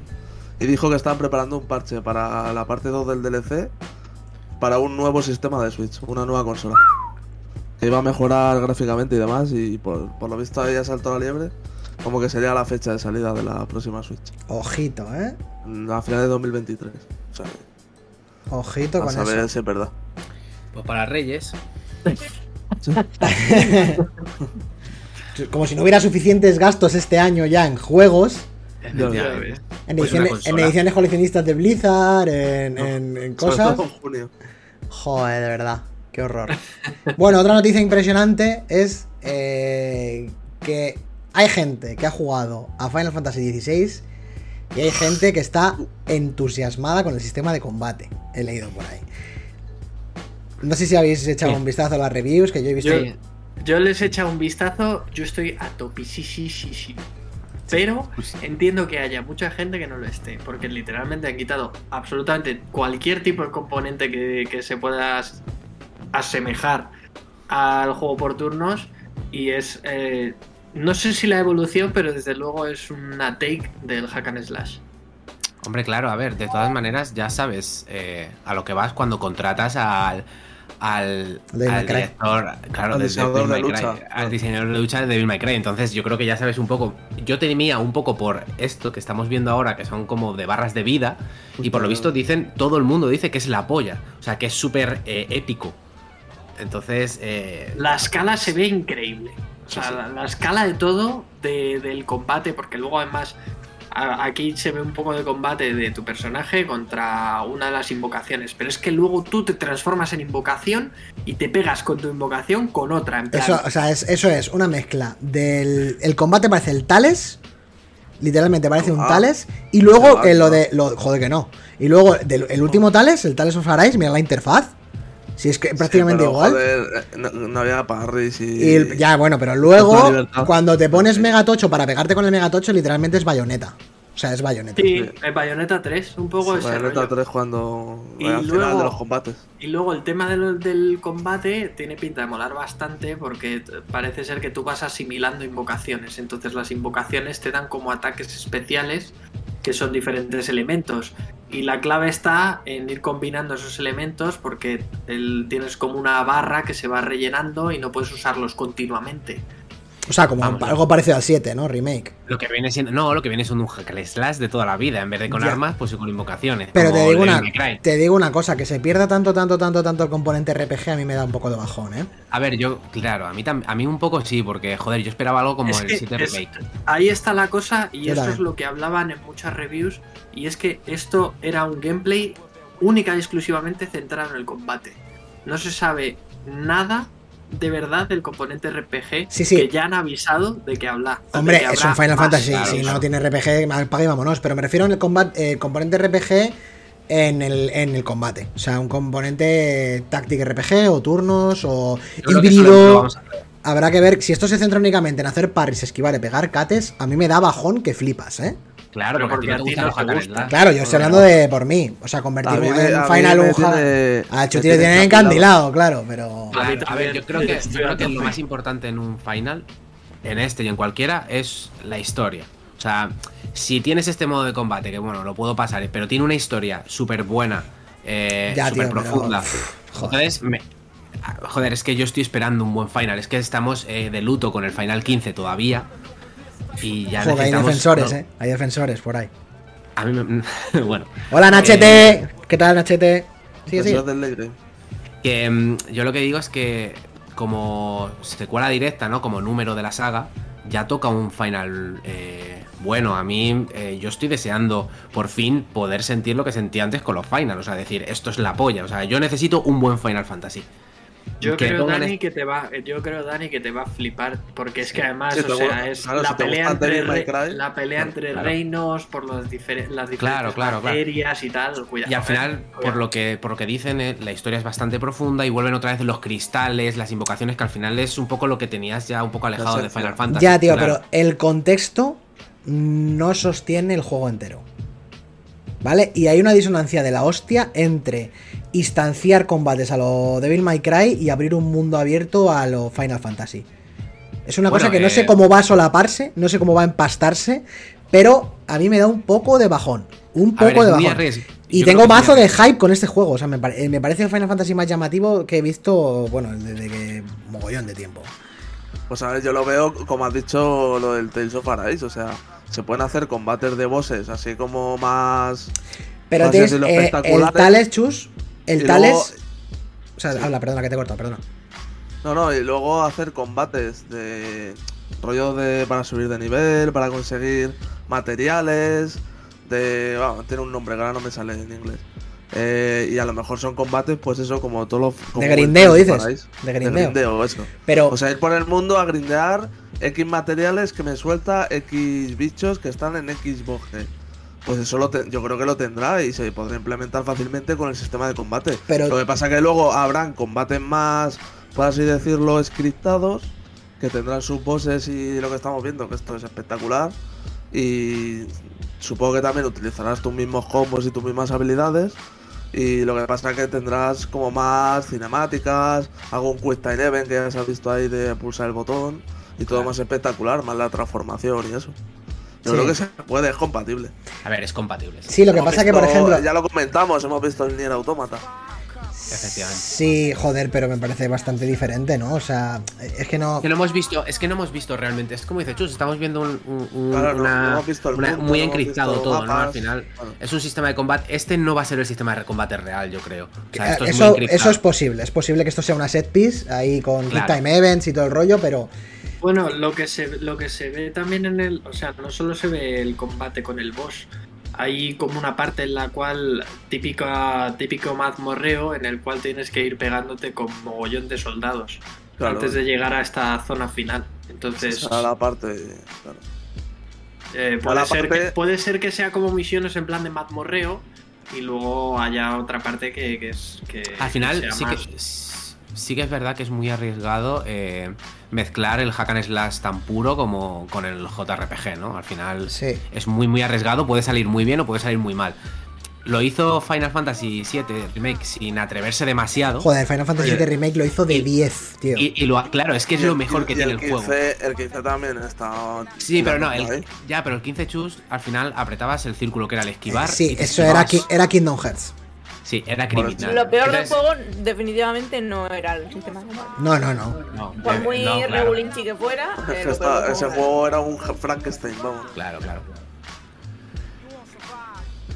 Y dijo que estaban preparando un parche para la parte 2 del DLC para un nuevo sistema de Switch, una nueva consola. Que iba a mejorar gráficamente y demás, y por, por lo visto ahí ha saltado la liebre, como que sería la fecha de salida de la próxima Switch,
Ojito, ¿eh?
a finales de 2023. O sea,
Ojito
a
con
saber
eso.
si es verdad.
Pues para Reyes.
Como si no hubiera suficientes gastos este año ya en juegos,
Ya
efectivamente.
en,
ves.
Pues una
ediciones, en
consola.
ediciones coleccionistas de Blizzard, en, en- en
Sobre
cosas.
todo en junio.
Joder, de verdad, qué horror. Bueno, otra noticia impresionante es eh, que hay gente que ha jugado a Final Fantasy XVI y hay gente que está entusiasmada con el sistema de combate. He leído por ahí. No sé si habéis echado
Sí.
un vistazo a las reviews que yo he visto.
Yo, yo les he echado un vistazo, yo estoy a tope, sí, sí, sí, sí. Pero entiendo que haya mucha gente que no lo esté, porque literalmente han quitado absolutamente cualquier tipo de componente que, que se pueda as- asemejar al juego por turnos y es, eh, no sé si la evolución, pero desde luego es una take del hack and slash.
Hombre, claro, a ver, de todas maneras ya sabes eh, a lo que vas cuando contratas al al,
Devil
al
May Cry.
director, claro,
Al
de- de
diseñador
Devil
de
May Cry,
lucha.
al diseñador de lucha de Devil May Cry. Entonces yo creo que ya sabes un poco. Yo temía un poco por esto que estamos viendo ahora, que son como de barras de vida, y por lo visto dicen todo el mundo dice que es la polla, o sea que es súper eh, épico. Entonces eh,
La escala se ve increíble. O sea,
Sí, sí.
La, la escala de todo, de- del combate, porque luego además a- aquí se ve un poco de combate de tu personaje contra una de las invocaciones. Pero es que luego tú te transformas en invocación y te pegas con tu invocación con otra. En plan,
Eso, o sea, es, eso es una mezcla del. El combate parece el Tales. Literalmente parece un
Ah.
Tales. Y luego
Ah,
eh, lo
no.
de. Lo, joder, que no. Y luego del, el último Tales, el Tales of Arise, mira la interfaz. Si es que prácticamente
Sí, pero,
igual.
joder, eh, no, no había parries y.
Y el- ya, bueno, pero
Toda
luego,
libertad.
cuando te pones
Sí.
Megatocho para pegarte con el Megatocho, literalmente es bayoneta. O sea, es bayoneta.
sí, en Bayonetta 3, un poco
Sí,
ese
Bayonetta
rollo.
3 cuando.
Y
al final
luego-
de los combates.
Y luego el tema del, del combate tiene pinta de molar bastante porque t- parece ser que tú vas asimilando invocaciones. Entonces las invocaciones te dan como ataques especiales que son diferentes elementos. Y la clave está en ir combinando esos elementos porque el- tienes como una barra que se va rellenando y no puedes usarlos continuamente.
O sea,
Ah,
como
Vamos.
algo parecido al 7, ¿no? Remake.
lo que viene siendo no, lo que viene siendo un hack and slash de toda la vida, en vez de con
Ya.
armas pues con invocaciones.
Pero
como
te digo,
Devil
una,
May Cry.
te digo una cosa, que se pierda tanto, tanto, tanto, tanto el componente RPG a mí me da un poco de bajón, ¿eh?
A ver, yo, claro, a mí, tam- a mí un poco sí, porque, joder, yo esperaba algo como
Es
el
que
7
es-
Remake.
Ahí está la cosa y
Yo
eso
también.
es lo que hablaban en muchas reviews y es que esto era un gameplay única y exclusivamente centrado en el combate. No se sabe nada de verdad del componente RPG
Sí, sí.
que ya han avisado de que habla. de
Hombre,
que
es
habrá
un Final
más.
Fantasy,
claro,
si no
claro.
tiene RPG, apaga y vámonos. Pero me refiero al combat, eh, componente RPG en el, en el combate. O sea, un componente táctico RPG o turnos o
Yo creo que eso lo- lo
híbrido.
vamos a ver.
Habrá que ver, si esto se centra únicamente en hacer parries, esquivar y pegar cates, a mí me da bajón que flipas, ¿eh.
Claro,
Pero
porque, a ti no te gusta
te
los hack and
gusta.
slash.
Claro, yo estoy hablando de por mí. O sea,
A
convertirme
mí
en
me- a mí
Final
me
un ja-
tiene-
A Chuti
me
le tienen
tiene
encandilado, claro, pero.
Ah,
Claro, a ver, yo creo que, yo
Estoy
creo que
a
lo
tope.
más importante en un final, en este y en cualquiera, es la historia. O sea, si tienes este modo de combate, que bueno, lo puedo pasar, pero tiene una historia súper buena, eh,
Ya,
súper
tío, pero-
profunda.
Pff, joder.
Entonces, me- ah, joder, es que yo estoy esperando un buen final. Es que estamos eh, de luto con el final 15 todavía. Y ya
Joder, hay
necesitamos-
defensores,
no,
eh. Hay defensores por ahí.
A mí me- bueno,
Hola, Nachete. ¿Qué tal, Nachete? Sí,
Pues
sí.
Defensor del Negre.
Que mm, yo lo que digo es que como secuela directa, ¿no? Como número de la saga, ya toca un final eh, bueno. A mí eh, yo estoy deseando por fin poder sentir lo que sentí antes con los final. O sea, decir, esto es la polla. O sea, yo necesito un buen Final Fantasy.
Yo
que
creo,
pongan
Dani,
es-
que te va, yo creo, Dani, que te va a flipar, porque es que además,
Sí,
o
te
sea,
gusta-
es
claro,
la,
si te
pelea
gusta
entre
Devil
re-
May Cry,
la pelea entre
claro.
reinos por los difer- las diferentes
Claro, claro, claro.
materias y tal. cuidado,
Y al
eh,
final, por
cuidado.
lo que, por lo que dicen, eh, la historia es bastante profunda y vuelven otra vez los cristales, las invocaciones, que al final es un poco lo que tenías ya un poco alejado de
Exacto.
Final Fantasy.
Ya, tío,
claro.
pero el contexto no sostiene el juego entero. ¿Vale? Y hay una disonancia de la hostia entre instanciar combates a lo Devil May Cry y abrir un mundo abierto a lo Final Fantasy. Es una
Bueno,
cosa que no sé
eh,
cómo va a solaparse, no sé cómo va a empastarse, pero a mí me da un poco de bajón. Un
A ver,
poco
es
de
muy
bajón.
arries-
Y tengo
yo creo que es muy
mazo de
arries-
hype con este juego. O sea, me, pare- eh, me parece el Final Fantasy más llamativo que he visto, bueno, desde que mogollón de tiempo.
Pues a ver, yo lo veo, como has dicho, lo del Tales of Arise, o sea, se pueden hacer combates de bosses, así como más...
Pero
Más
tienes
desde lo
eh, el
espectacular,
Tales, Chus.
y
El
luego-
Tales. O sea,
Sí.
habla, perdona, que te he cortado, perdona.
No, no, y luego hacer combates de... Rollo de... para subir de nivel, para conseguir materiales, de... Bueno, tiene un nombre, que ahora no me sale en inglés. Eh, y a lo mejor son combates, pues eso, como todos los... como el
grindeo,
Tales of
dices.
Arise.
De grindeo.
eso.
Pero,
O sea, ir por el mundo a grindear X materiales que me suelta X bichos que están en X boxe. Pues eso lo te- yo creo que lo tendrá y se podrá implementar fácilmente con el sistema de combate.
Pero-
lo que pasa que luego habrán combates más, por así decirlo, scriptados, que tendrán sus bosses y lo que estamos viendo, que esto es espectacular. Y supongo que también utilizarás tus mismos combos y tus mismas habilidades. Y lo que pasa es que tendrás como más cinemáticas, algún Quest 11 que ya se ha visto ahí de pulsar el botón y todo más espectacular, más la transformación y eso. Yo
Sí.
creo que se puede, es compatible.
A ver, es compatible. sí.
sí, lo que
Hemos
pasa que, por
visto-
ejemplo.
Ya lo comentamos, hemos visto el Nier Automata.
Efectivamente.
Sí, joder, pero me parece bastante diferente, ¿no? O sea, es que no.
Que no hemos visto, es que no hemos visto realmente. Es como dice Chus, estamos viendo un, un- un-
Claro, no,
una-
no hemos visto el
una-
mundo,
muy
no hemos
encriptado
visto
todo, ¿no?
mapas.
Al final.
Bueno.
Es un sistema de combate. Este no va a ser el sistema de combate real, yo creo. O sea,
Eh,
esto es muy
eso,
encriptado.
eso es posible. Es posible que esto sea una set piece ahí con
Claro.
time events y todo el rollo, pero.
Bueno, lo que se lo que se ve también en el, o sea, no solo se ve el combate con el boss, hay como una parte en la cual típica típico mazmorreo en el cual tienes que ir pegándote con mogollón de soldados
Claro.
antes de llegar a esta zona final. Entonces,
Esa era la parte. claro.
eh,
a
puede,
la
ser
parte-
que, puede ser que sea como misiones en plan de mazmorreo y luego haya otra parte que, que es que
Al
que
final,
sea
sí
más-
que, sí que es verdad que es muy arriesgado eh, mezclar el hack and slash tan puro como con el JRPG, ¿no? Al final
Sí.
es muy, muy arriesgado, puede salir muy bien o puede salir muy mal. Lo hizo Final Fantasy VII Remake sin atreverse demasiado.
Joder, Final Fantasy
Oye,
VII Remake lo hizo de
y-
10, tío.
Y, y lo, claro, es que es
Y
lo
el-
mejor que
y
tiene el juego.
15 El 15 también está.
Sí, pero no, el-
¿eh?
ya, pero el 15 chus, al final apretabas el círculo que era el esquivar.
sí,
y te
eso era,
esquivabas.
ki- era Kingdom Hearts.
Sí, era
Bueno,
criminal.
Lo peor del
Entonces-
juego definitivamente no era el sistema de combate.
No, no, no.
No,
Por
eh,
muy
no,
regulinchi
claro,
que fuera, eh,
Ese
lo
está-
peor del
ese
era-
juego era un Frankenstein, vamos.
claro, claro.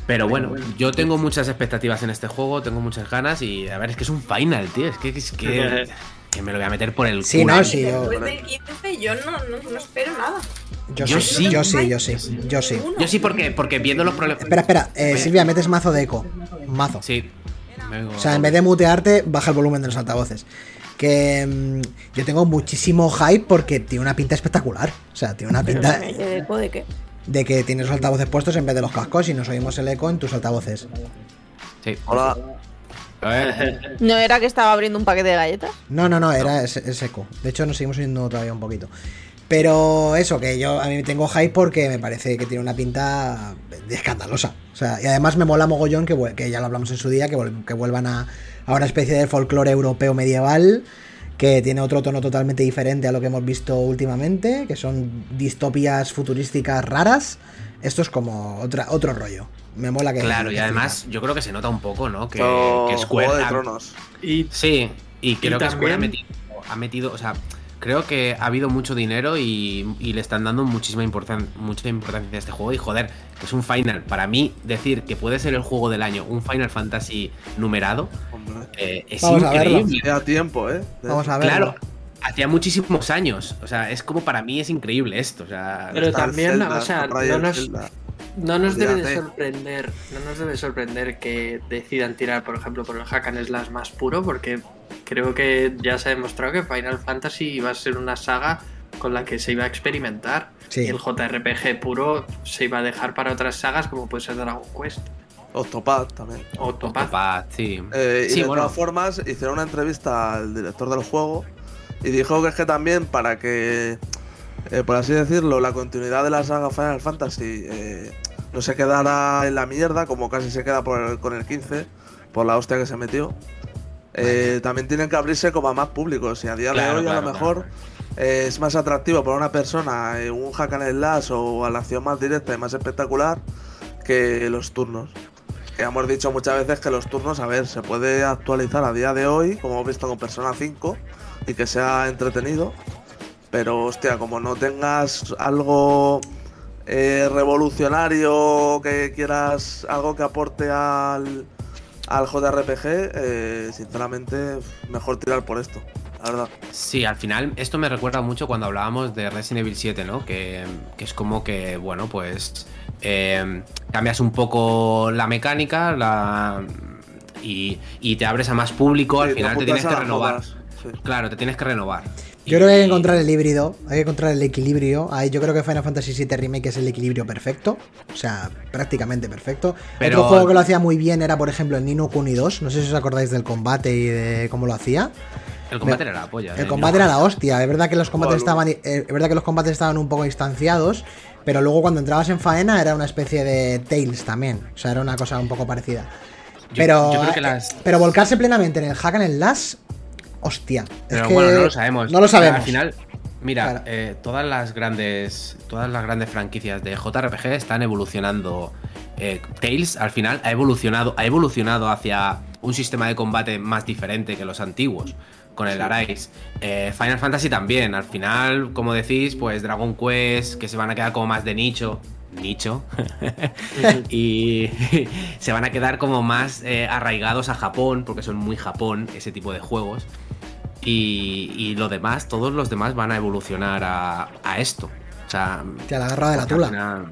Pero bueno, yo tengo muchas expectativas en este juego, tengo muchas ganas y a ver, es que es un final, tío. Es que, es que, que me lo voy a meter por el
Sí,
culo.
no, sí, yo,
Después del 15 yo no, no, no espero nada.
yo,
Yo
sí,
sí.
Yo sí, yo sí. Yo sí.
Ninguno.
Yo sí, porque, porque viendo los problemas.
Espera, espera. eh, Silvia, metes mazo de eco. Mazo.
Sí. me oigo-
O sea, en vez de mutearte, baja el volumen de los altavoces. Que mm, yo tengo muchísimo hype porque tiene una pinta espectacular. O sea, tiene una pinta
Me dedico de qué.
de que tienes los altavoces puestos en vez de los cascos y nos oímos el eco en tus altavoces.
Sí.
Hola,
Eh,
¿No era que estaba abriendo un paquete de galletas?
No, no, no, era es, es eco. De hecho, nos seguimos oyendo todavía un poquito. Pero eso, que yo a mí tengo hype porque me parece que tiene una pinta de escandalosa. O sea, y además me mola mogollón que, vuel- que ya lo hablamos en su día, que, vuel- que vuelvan a, a una especie de folclore europeo medieval que tiene otro tono totalmente diferente a lo que hemos visto últimamente, que son distopias futurísticas raras. Esto es como otra, otro rollo. Me mola que...
Claro, y
que
además yo creo que se nota un poco, ¿no? Que,
no,
que
Juego de
Square ha-
Tronos.
y
Sí, y creo que Square ha
también-
metido, ha metido- o sea, creo que ha habido mucho dinero y, y le están dando muchísima importan- mucha importancia a este juego. Y joder, que es un final. Para mí, decir que puede ser el juego del año, un Final Fantasy numerado,
Hombre.
eh, es
Vamos a verlo.
increíble.
Queda tiempo, ¿eh?
flipar. Vamos a ver.
Claro, hacía muchísimos años. O sea, es como para mí es increíble esto. O sea,
Pero
Está el
también,
Zelda,
o sea,
está Raya
no
el
nos-
Zelda.
No nos debe de sorprender, no nos debe sorprender que decidan tirar, por ejemplo, por el hack and slash más puro, porque creo que ya se ha demostrado que Final Fantasy iba a ser una saga con la que se iba a experimentar.
Sí.
Y el JRPG puro se iba a dejar para otras sagas como puede ser Dragon Quest
Octopath también.
o Topaz.
Octopath, sí.
Eh, y
Sí,
de
bueno.
todas formas, hicieron una entrevista al director del juego y dijo que es que también para que, eh, por así decirlo, la continuidad de la saga Final Fantasy eh, no se quedara en la mierda, como casi se queda por el- con el 15, por la hostia que se metió. eh, también tienen que abrirse como a más públicos y a día
Claro,
de hoy a
claro,
lo
claro,
mejor eh, es más atractivo para una persona eh, un hack and slash o a la acción más directa y más espectacular que los turnos. Que hemos dicho muchas veces que los turnos, a ver, se puede actualizar a día de hoy, como hemos visto con Persona 5, y que sea entretenido. Pero, hostia, como no tengas algo eh, revolucionario, que quieras algo que aporte al, al JRPG, eh, sinceramente, mejor tirar por esto, la verdad.
Sí, al final esto me recuerda mucho cuando hablábamos de Resident Evil 7, ¿no? Que, que es como que, bueno, pues eh, cambias un poco la mecánica la, y, y te abres a más público, al
Sí,
final te
apuntas
tienes
a
que
las
renovar.
modas, sí.
Claro, te tienes que renovar.
Yo creo que hay
Y-
que encontrar el híbrido, hay que encontrar el equilibrio. Ahí yo creo que Final Fantasy VII Remake es el equilibrio perfecto, o sea, prácticamente perfecto.
Pero-
Otro juego que lo hacía muy bien era, por ejemplo, el Nino Kuni 2. No sé si os acordáis del combate y de cómo lo hacía.
El combate era la polla.
El
eh,
combate
no.
era la hostia. Es verdad que los combates
Joder.
estaban, eh, es verdad que los combates estaban un poco distanciados, pero luego cuando entrabas en faena era una especie de Tails también. O sea, era una cosa un poco parecida.
Yo-
Pero, eh,
yo creo que las-
pero volcarse plenamente en el hack and el lash, hostia. Es
Pero
que
bueno, no lo sabemos.
No lo sabemos.
Al final, mira,
Claro.
eh, todas las grandes. Todas las grandes franquicias de JRPG están evolucionando. Eh, Tales al final ha evolucionado, ha evolucionado hacia un sistema de combate más diferente que los antiguos. Con el Arise. Eh, Final Fantasy también. Al final, como decís, pues Dragon Quest, que se van a quedar como más de nicho. Nicho. y se van a quedar como más eh, arraigados a Japón, porque son muy Japón ese tipo de juegos. Y, y lo demás, todos los demás van a evolucionar a, a esto. O sea,
Hostia, la garra de la
porque al
tula.
final-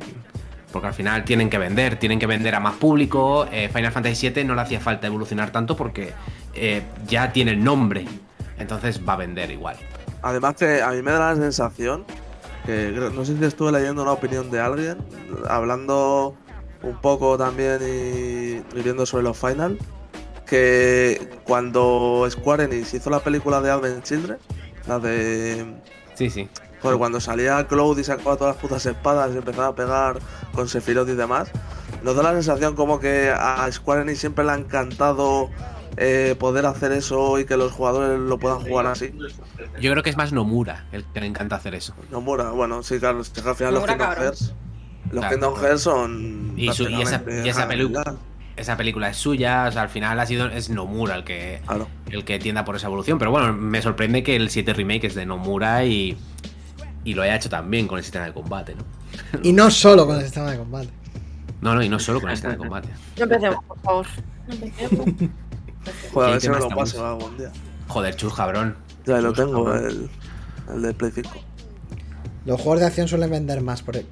porque al final tienen que vender, tienen que vender a más público. eh, Final Fantasy VII no le hacía falta evolucionar tanto porque eh, ya tiene el nombre. Entonces va a vender igual.
Además que a mí me da la sensación que creo- no sé si estuve leyendo una opinión de alguien hablando un poco también y escribiendo sobre los final que cuando Square Enix hizo la película de Advent Children, la de
Sí, sí.
joder, cuando salía Cloud y sacaba todas las putas espadas y empezaba a pegar con Sephiroth y demás, nos da la sensación como que a Square Enix siempre le ha encantado eh, poder hacer eso y que los jugadores lo puedan jugar así.
Yo creo que es más Nomura el que le encanta hacer eso.
Nomura, bueno, sí, claro, es que al final
Nomura,
los Kingdom
cabrón.
Hearts. Los
Claro.
Kingdom Hearts son.
Y su- y esa-
prácticamente
y esa
Hanna
película.
Montana.
Esa película es suya, o sea, al final ha sido es Nomura el que
Claro.
el que tienda por esa evolución. Pero bueno, me sorprende que el 7 remake es de Nomura y, y lo haya hecho también con el sistema de combate, ¿no?
Y no solo con el sistema de combate.
No, no, y no solo con el sistema de combate.
No empecemos, por favor. No empecemos.
Joder, a ver
¿Qué
si me
más
lo paso
estamos?
algún día.
Joder, chus, cabrón.
Ya lo
Chus,
tengo,
cabrón.
el, el de Play 5.
Los juegos de acción suelen vender más, por, e-,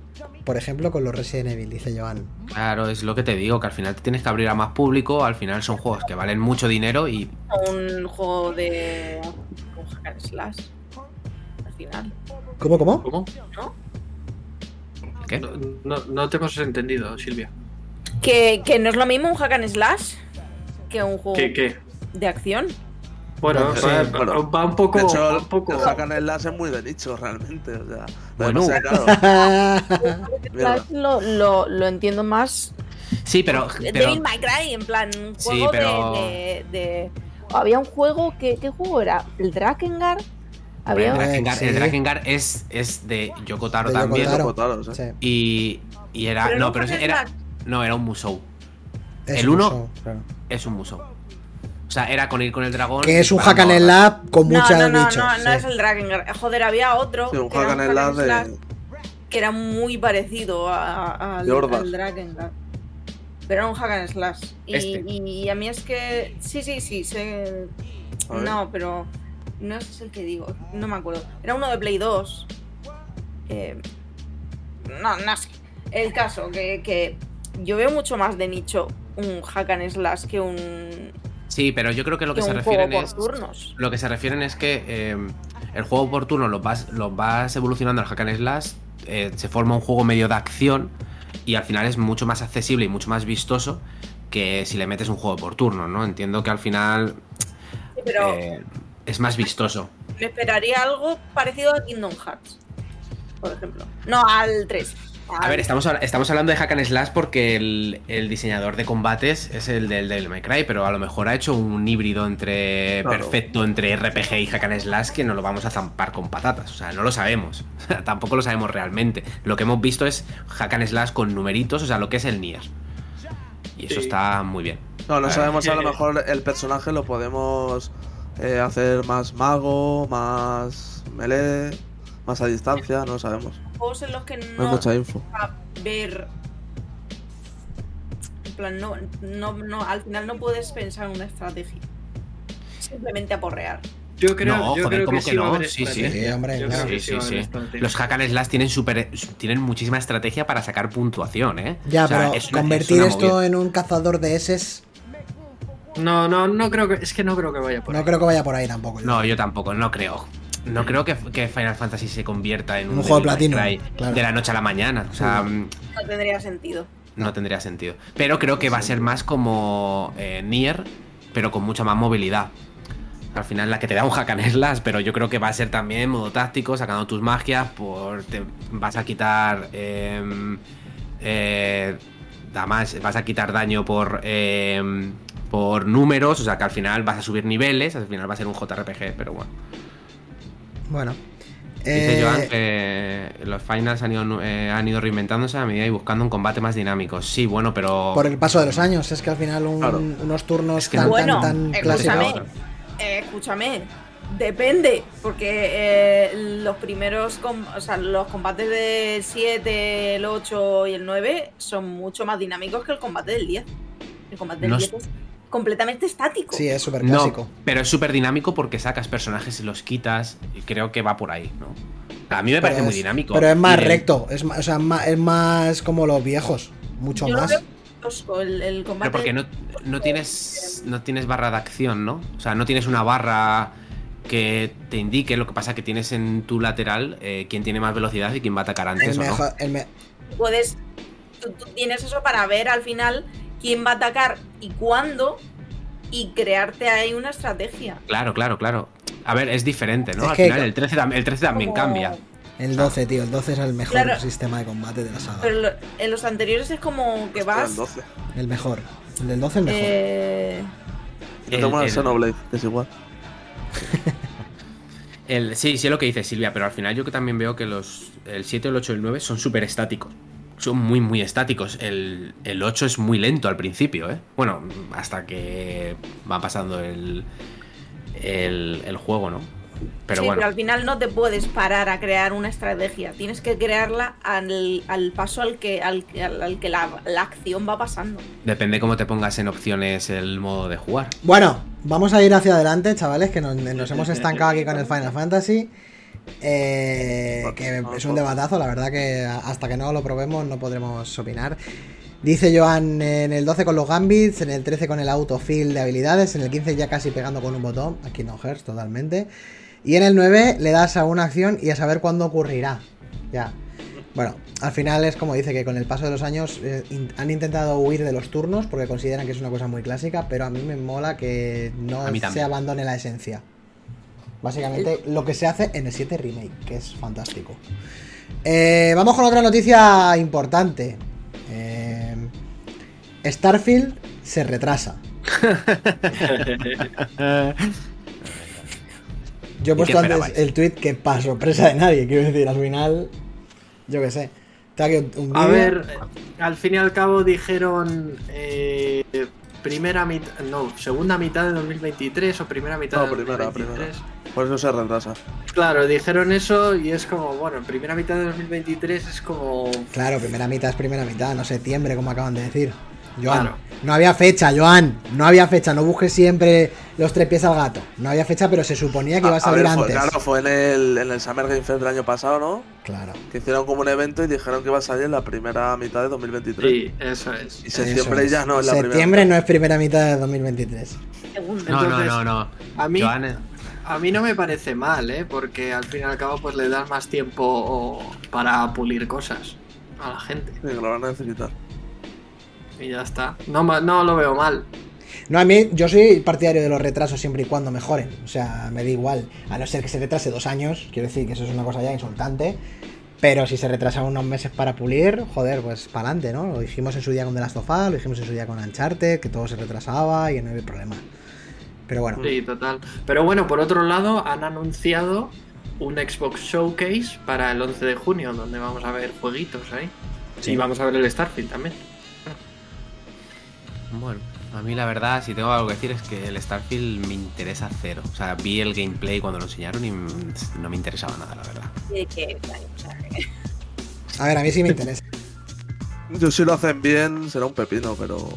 por ejemplo, con los Resident Evil, dice Joan.
Claro, es lo que te digo, que al final te tienes que abrir a más público, al final son juegos que valen mucho dinero y
Un juego de. Un hack and slash. Al final.
¿Cómo, cómo?
¿Cómo?
¿qué?
No, no- no te hemos entendido, Silvia.
Que, que no es lo mismo un hack and slash que un juego
¿Qué, qué?
de acción.
Bueno,
Bueno,
sí,
va,
bueno.
va un poco.
De hecho,
va un poco-
el hack and slash es muy de nicho, realmente. O sea, lo
Bueno.
que pasa es que, claro, mierda.
Slash Lo, lo, lo entiendo más
Sí, pero, pero
Devil May Cry, en plan, un
Sí,
juego de-
pero-
de, de- Había un juego que. ¿Qué juego era? ¿El Drakengard?
hombre,
Había
el
Bueno,
Drakengard, el
sí.
Drakengard es, es de Yoko Taro
De Yoko
también
Taro.
Poco taros, ¿eh?
Sí,
y, y era...
Pero
Ah, no,
no
pero
fue
era...
Slash.
No, era un Musou.
es
El
un
uno-
show, claro.
Es un Musou. O sea, era con ir con el dragón...
Que es un hack and
disparando
el
a-
lab con
No,
mucho
no, no,
nicho,
no, no
sí.
es el Drakengard. Joder, había otro.
Sí, un
que era
hack and slash de.
que era muy parecido a, a- al,
De hordas.
al Drakengard. Pero era un hack and slash. Y,
Este.
y- y a mí es que. Sí, sí, sí. sé-
A ver.
No, pero. No es el que digo. No me acuerdo. Era uno de Play 2. Eh, No, no sé. El caso, que, que yo veo mucho más de nicho un hack and slash que un,
Sí, pero yo creo que lo que,
que
se
un juego por
refieren es.
turnos.
Lo que se refieren es que eh, el juego por turno los vas, los vas evolucionando al hack and slash, eh, se forma un juego medio de acción y al final es mucho más accesible y mucho más vistoso que si le metes un juego por turno, ¿no? Entiendo que al final
Sí, Pero
eh, es más vistoso.
me esperaría algo parecido a Kingdom Hearts, por ejemplo. No, al 3.
A ver, estamos, hab- estamos hablando de hack and slash porque el, el diseñador de combates es el del del May Cry, pero a lo mejor ha hecho un híbrido entre
Claro.
perfecto entre RPG y hack and slash que no lo vamos a zampar con patatas, o sea, no lo sabemos, O sea, tampoco lo sabemos realmente. Lo que hemos visto es hack and slash con numeritos, o sea, lo que es el nier. Y eso
Sí.
está muy bien.
No, no
Claro.
sabemos, a lo mejor el personaje lo podemos eh, hacer más mago, más melee, más a distancia, no sabemos.
Juegos en los que
No hay
no
mucha info.
a ver. En plan, no, no, no, al final no puedes pensar en una estrategia. Simplemente aporrear.
Yo creo,
No,
yo
joder,
creo
¿cómo
que
que
sí va a
no?
haber
Sí,
estrategia.
sí. Sí, hombre,
Yo
claro.
creo que
Sí,
sí va a
sí,
haber
sí.
estrategia.
Los hack and slash tienen, super, tienen muchísima estrategia para sacar puntuación, ¿eh?
Ya,
O sea,
pero
es una- es
convertir
una
esto
movida.
en un cazador de S
No, no, no creo que. Es que no creo que vaya por
no
ahí.
creo que vaya por ahí tampoco. yo.
No, yo tampoco, no creo. No creo que, que Final Fantasy se convierta en un,
Un juego
Devil May
platino,
Cry
claro.
de la noche a la mañana. O sea, mm,
No tendría sentido.
no tendría sentido. Pero creo que va a ser más como eh, Nier, pero con mucha más movilidad. Al final la que te da un hack and slash, pero yo creo que va a ser también modo táctico, sacando tus magias, por te vas a quitar em, eh, damage- vas a quitar daño por em, por números, o sea que al final vas a subir niveles, al final va a ser un JRPG, pero bueno.
Bueno.
Dice
Eh,
Joan que los finals han ido, eh, han ido reinventándose a medida y buscando un combate más dinámico. Sí, bueno, pero.
por el paso de los años, es que al final un-
Claro.
unos turnos
Es que
tan,
no-
Bueno,
tan, tan
escúchame,
clásicos.
eh, escúchame. Depende, porque eh, los primeros, com- o sea, los combates del 7, el 8 y el 9 son mucho más dinámicos que el combate del 10. El combate del
No eh.
10 es completamente estático.
Sí, es súper
No,
clásico.
pero es súper dinámico porque sacas personajes y los quitas. Y creo que va por ahí, ¿no? A mí me
Pero
parece muy
es-
dinámico.
Pues, Pero es más
Y el-
recto, es más, o sea, ma- es más como los viejos, mucho
Yo lo
más.
veo tosco, el, el combate
Pero porque no, no tienes. No tienes barra de acción, ¿no? O sea, no tienes una barra que te indique lo que pasa que tienes en tu lateral eh, quién tiene más velocidad y quién va a atacar antes
El
o no.
mejor- el me-
puedes. Tú, tú tienes eso para ver al final quién va a atacar y cuándo y crearte ahí una estrategia.
Claro, claro, claro. A ver, es diferente, ¿no?
Es
Al
que-
final el 13, tam- el 13 también
Como-
cambia.
el 12, tío, el 12 es el mejor
Claro.
sistema de combate de la saga.
Pero lo- en los anteriores es como que
Hostia,
vas.
el 12.
El mejor. El del 12 el mejor.
eh,
Yo
El-
tengo una
el-
Xenoblade, que es igual.
El- sí, sí es lo que dice Silvia, pero al final yo que también veo que los el 7, el 8 y el 9 son súper estáticos. Son muy, muy estáticos. El, el 8 es muy lento al principio, ¿eh? Bueno, hasta que va pasando el, el, el juego, ¿no? Pero
sí,
bueno,
pero al final no te puedes parar a crear una estrategia. Tienes que crearla al, al paso al que, al, al- al que la, la acción va pasando.
depende cómo te pongas en opciones el modo de jugar.
Bueno, vamos a ir hacia adelante, chavales, que nos, nos hemos estancado aquí con el Final Fantasy. Eh, que es un debatazo, la verdad que hasta que no lo probemos no podremos opinar. Dice Joan en el 12 con los gambits, en el 13 con el autofill de habilidades, en el 15 ya casi pegando con un botón, aquí no Hearts totalmente. Y en el 9 le das a una acción y a saber cuándo ocurrirá. Ya. Bueno, al final es como dice que con el paso de los años eh, in- han intentado huir de los turnos porque consideran que es una cosa muy clásica, pero a mí me mola que no
A mí
se
también.
abandone la esencia. Básicamente lo que se hace en el 7 Remake, que es fantástico. Eh, vamos con otra noticia importante. Eh, Starfield se retrasa. Yo he
¿Y
puesto
qué
antes
esperabais?
el tweet que para sorpresa de nadie, quiero decir, al final, yo qué sé. Está aquí un un
A
vídeo.
ver, eh, al fin y al cabo dijeron eh, primera mitad, no, segunda mitad de 2023 o primera mitad
No,
de
primera,
2023.
Por eso se retrasa.
Claro, dijeron eso y es como, bueno, primera mitad de 2023 es como...
Claro, primera mitad es primera mitad, no septiembre, como acaban de decir. Joan,
Claro.
no había fecha, Joan. No había fecha. No busques siempre los tres pies al gato. No había fecha, pero se suponía que iba a
A- a ver,
salir
fue-
antes.
Claro, fue en el, en el Summer Game Fest del año pasado, ¿no?
Claro.
Que hicieron como un evento y dijeron que iba a salir en la primera mitad de 2023.
Sí, eso es.
Y septiembre
Eso es.
ya no es la
Septiembre
primera.
no es primera mitad de 2023.
Segundo.
No,
Entonces,
no, no, no.
A mí,
Joan, eh,
a mí no me parece mal, ¿eh? Porque al fin y al cabo pues le das más tiempo para pulir cosas a la gente.
Sí, que lo van a necesitar.
Y ya está. No, ma- no lo veo mal.
No, a mí, yo soy partidario de los retrasos siempre y cuando mejoren. O sea, me da igual. A no ser que se retrase dos años, quiero decir que eso es una cosa ya insultante. Pero si se retrasa unos meses para pulir, joder, pues para adelante, ¿no? Lo dijimos en su día con The Last of Us, lo dijimos en su día con Uncharted, que todo se retrasaba y no había problema. Pero bueno,
Sí, total. Pero bueno, por otro lado, han anunciado un Xbox Showcase para el 11 de junio, donde vamos a ver jueguitos ahí. Y vamos a ver el Starfield también.
Bueno, a mí la verdad, si tengo algo que decir, es que el Starfield me interesa cero. O sea, vi el gameplay cuando lo enseñaron y mm, no me interesaba nada, la verdad.
De que, vale, o sea, que-
a ver, a mí sí me interesa.
Yo si lo hacen bien, será un pepino, pero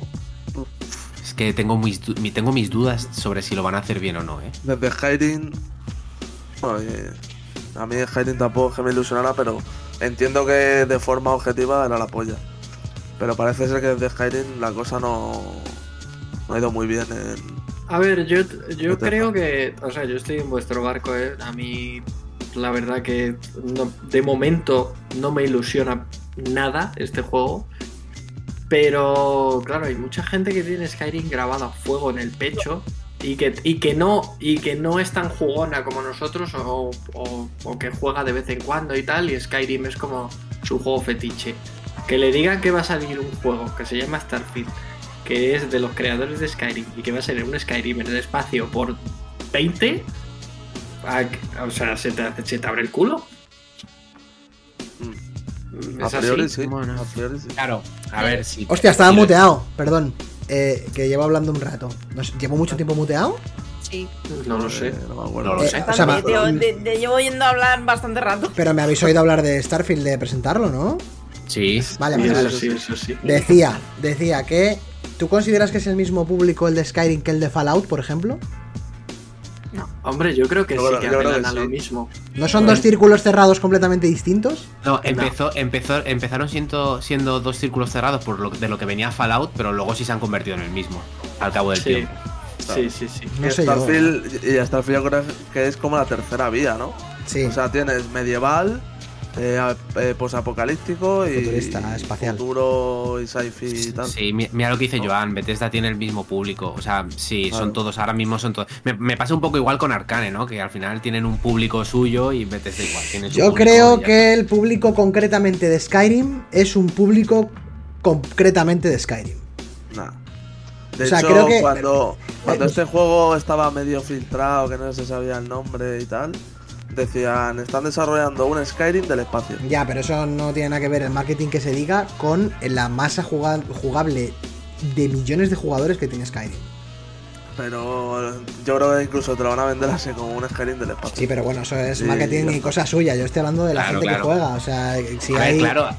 Es que tengo mis, du- mi- tengo mis dudas sobre si lo van a hacer bien o no, ¿eh?
desde Hiding. bueno, eh, a mí Hiding tampoco es que me ilusionara, pero entiendo que de forma objetiva era la polla. Pero parece ser que desde Hiding la cosa no, no ha ido muy bien en,
A ver, yo, yo
Yo te-
creo que, o sea, yo estoy en vuestro barco, ¿eh? A mí, la verdad que no- de momento no me ilusiona nada este juego. Pero, claro, hay mucha gente que tiene Skyrim grabado a fuego en el pecho y que, y que, no, y que no es tan jugona como nosotros o, o- o que juega de vez en cuando y tal. Y Skyrim es como su juego fetiche. Que le digan que va a salir un juego que se llama Starfield que es de los creadores de Skyrim y que va a ser un Skyrim en el espacio por 20, ah, o sea, se te, hace- se te abre el culo.
Mm,
Mm,
A
Es así.
priori sí.
Bueno.
A priori sí.
Claro, a ver si.
Hostia, estaba
si le-
muteado, perdón. Eh, que llevo hablando un rato. No sé, ¿Llevo mucho tiempo muteado?
Sí.
No lo sé.
Eh, no me acuerdo.
No lo
Eh,
sé.
o sea, me-
Bastante, tío, te- te llevo yendo a hablar bastante rato.
pero me habéis oído hablar de Starfield, de presentarlo, ¿no?
Sí.
Vale,
Sí,
vale. vale.
eso sí, eso sí.
Decía, decía que. ¿Tú consideras que es el mismo público el de Skyrim que el de Fallout, por ejemplo?
Hombre, yo creo que
Yo
sí
creo-
que
yo creo
apelan
que
a lo
sí.
mismo.
¿No son dos círculos cerrados completamente distintos?
No, empezó, empezó, empezaron siendo, siendo dos círculos cerrados por lo, de lo que venía Fallout, pero luego sí se han convertido en el mismo al cabo del
Sí.
tiempo.
Sí, sí, sí.
No
Y
sé yo. eh.
Starfield, y Starfield yo creo que es como la tercera vía, ¿no?
Sí.
O sea, tienes medieval, eh, a- eh, posapocalíptico y
Futurista, espacial.
futuro y sci-fi y tal.
Sí, mi- mira lo que dice Joan, Bethesda tiene el mismo público, o sea, sí, son
Claro.
todos, ahora mismo son todos. Me, me pasa un poco igual con Arcane, ¿no? Que al final tienen un público suyo y Bethesda igual. tiene su
Yo
público y
creo
ya
que el público concretamente de Skyrim es un público concretamente de Skyrim.
Nah. De
O sea,
hecho,
creo que-
cuando, cuando
eh,
este juego estaba medio filtrado, que no se sabía el nombre y tal, decían, están desarrollando un Skyrim del espacio.
Ya, pero eso no tiene nada que ver el marketing que se diga con la masa juga- jugable de millones de jugadores que tiene Skyrim.
Pero yo creo que incluso te lo van a vender así como un Skyrim del espacio.
Sí, pero bueno, eso es
Sí,
marketing
ya
y
está.
cosa suya. Yo estoy hablando de la
Claro,
gente que
claro.
juega. O sea, si
A ver,
hay.
claro.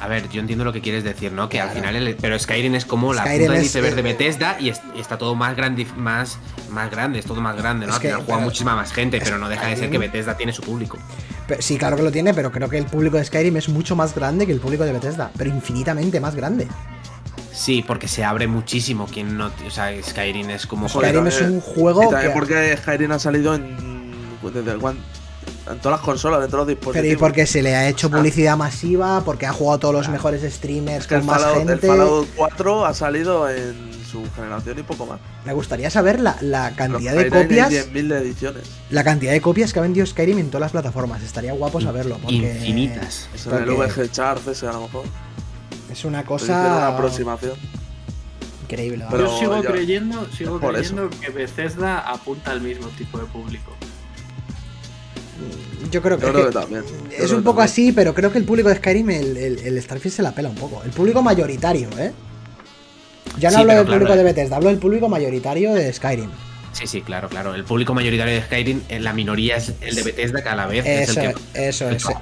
A ver, yo entiendo lo que quieres decir, ¿no? Que al
Claro.
final. el- pero Skyrim es como la
Skyrim
punta del
es- eh,
iceberg de Bethesda y, es- y está todo más grande, más, más grande, es todo más grande, ¿no?
Es
al final
que-
juega
pero-
muchísima más gente, pero no deja de ser que
Skyrim-
Bethesda tiene su público.
Pe- Sí, claro que lo tiene, pero creo que el público de Skyrim es mucho más grande que el público de Bethesda, pero infinitamente más grande.
Sí, porque se abre muchísimo. Quien no, o sea, Skyrim es como.
Joder,
Skyrim es
también-
un juego
Y también
que-
porque Skyrim ha salido en, desde cuan- en todas las consolas, en todos los
Pero
dispositivos.
y porque se le ha hecho publicidad masiva, porque ha jugado todos los mejores streamers
Ah. Es que el
con más
Fallout, el
gente.
Fallout 4 ha salido en su generación y poco más.
Me gustaría saber la, la cantidad de
Pero Skyrim
copias.
hay 10.000 de ediciones.
La cantidad de copias que ha vendido Skyrim en todas las plataformas. Estaría guapo saberlo. Porque
Infinitas.
Es en el
Porque-
VG Charts ese a lo mejor.
Es una
Pero hicieron una
cosa
aproximación.
increíble. vamos.
Pero
yo sigo
ya-
creyendo, sigo
por
creyendo que Bethesda apunta al mismo tipo de público.
Yo creo que,
Yo creo que
es, que-
también. Yo
es
creo que
un poco
también.
así, pero creo que el público de Skyrim, el, el- el Starfield se la pela un poco. El público mayoritario, ¿eh? Ya no
Sí,
hablo
pero
del
claro,
público
eh.
de Bethesda, hablo del público mayoritario de Skyrim.
Sí, sí, claro, claro. El público mayoritario de Skyrim, eh, la minoría es el de Bethesda, que a la vez es
Eso,
el que.
eso
el
es.
que-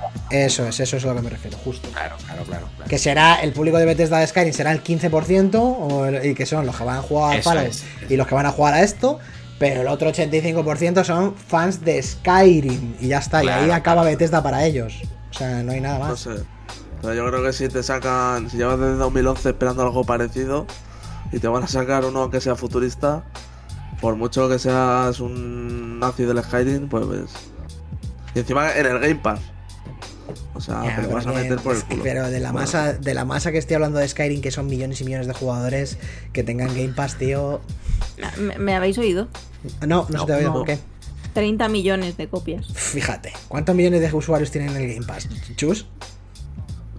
Eso es, eso es a lo que me refiero, justo.
Claro, claro, claro. claro.
Que será el público de Bethesda de Skyrim será el 15% o el- y que son los que van a jugar a
Eso
Fallout
es, eso
y los que van a jugar a esto, pero el otro 85% son fans de Skyrim y ya está, y ahí
Claro,
acaba
claro.
Bethesda para ellos. O sea, no hay nada
No
más.
sé. Pero yo creo que si te sacan, si llevas desde 2011 esperando algo parecido y te van a sacar uno que sea futurista, por mucho que seas un nazi del Skyrim, pues. ves. Y encima en el Game Pass. O sea,
Ya,
Ah, te lo
pero
vas a
bien,
meter por el
sí,
culo.
pero de la
Bueno,
masa, de la masa que estoy hablando de Skyrim, que son millones y millones de jugadores que tengan Game Pass, tío.
Ah, ¿Me, me habéis oído?
No, no, se te oye,
no.
¿por qué?
30 millones de copias.
Fíjate, ¿cuántos millones de usuarios tienen el Game Pass? ¿Chus?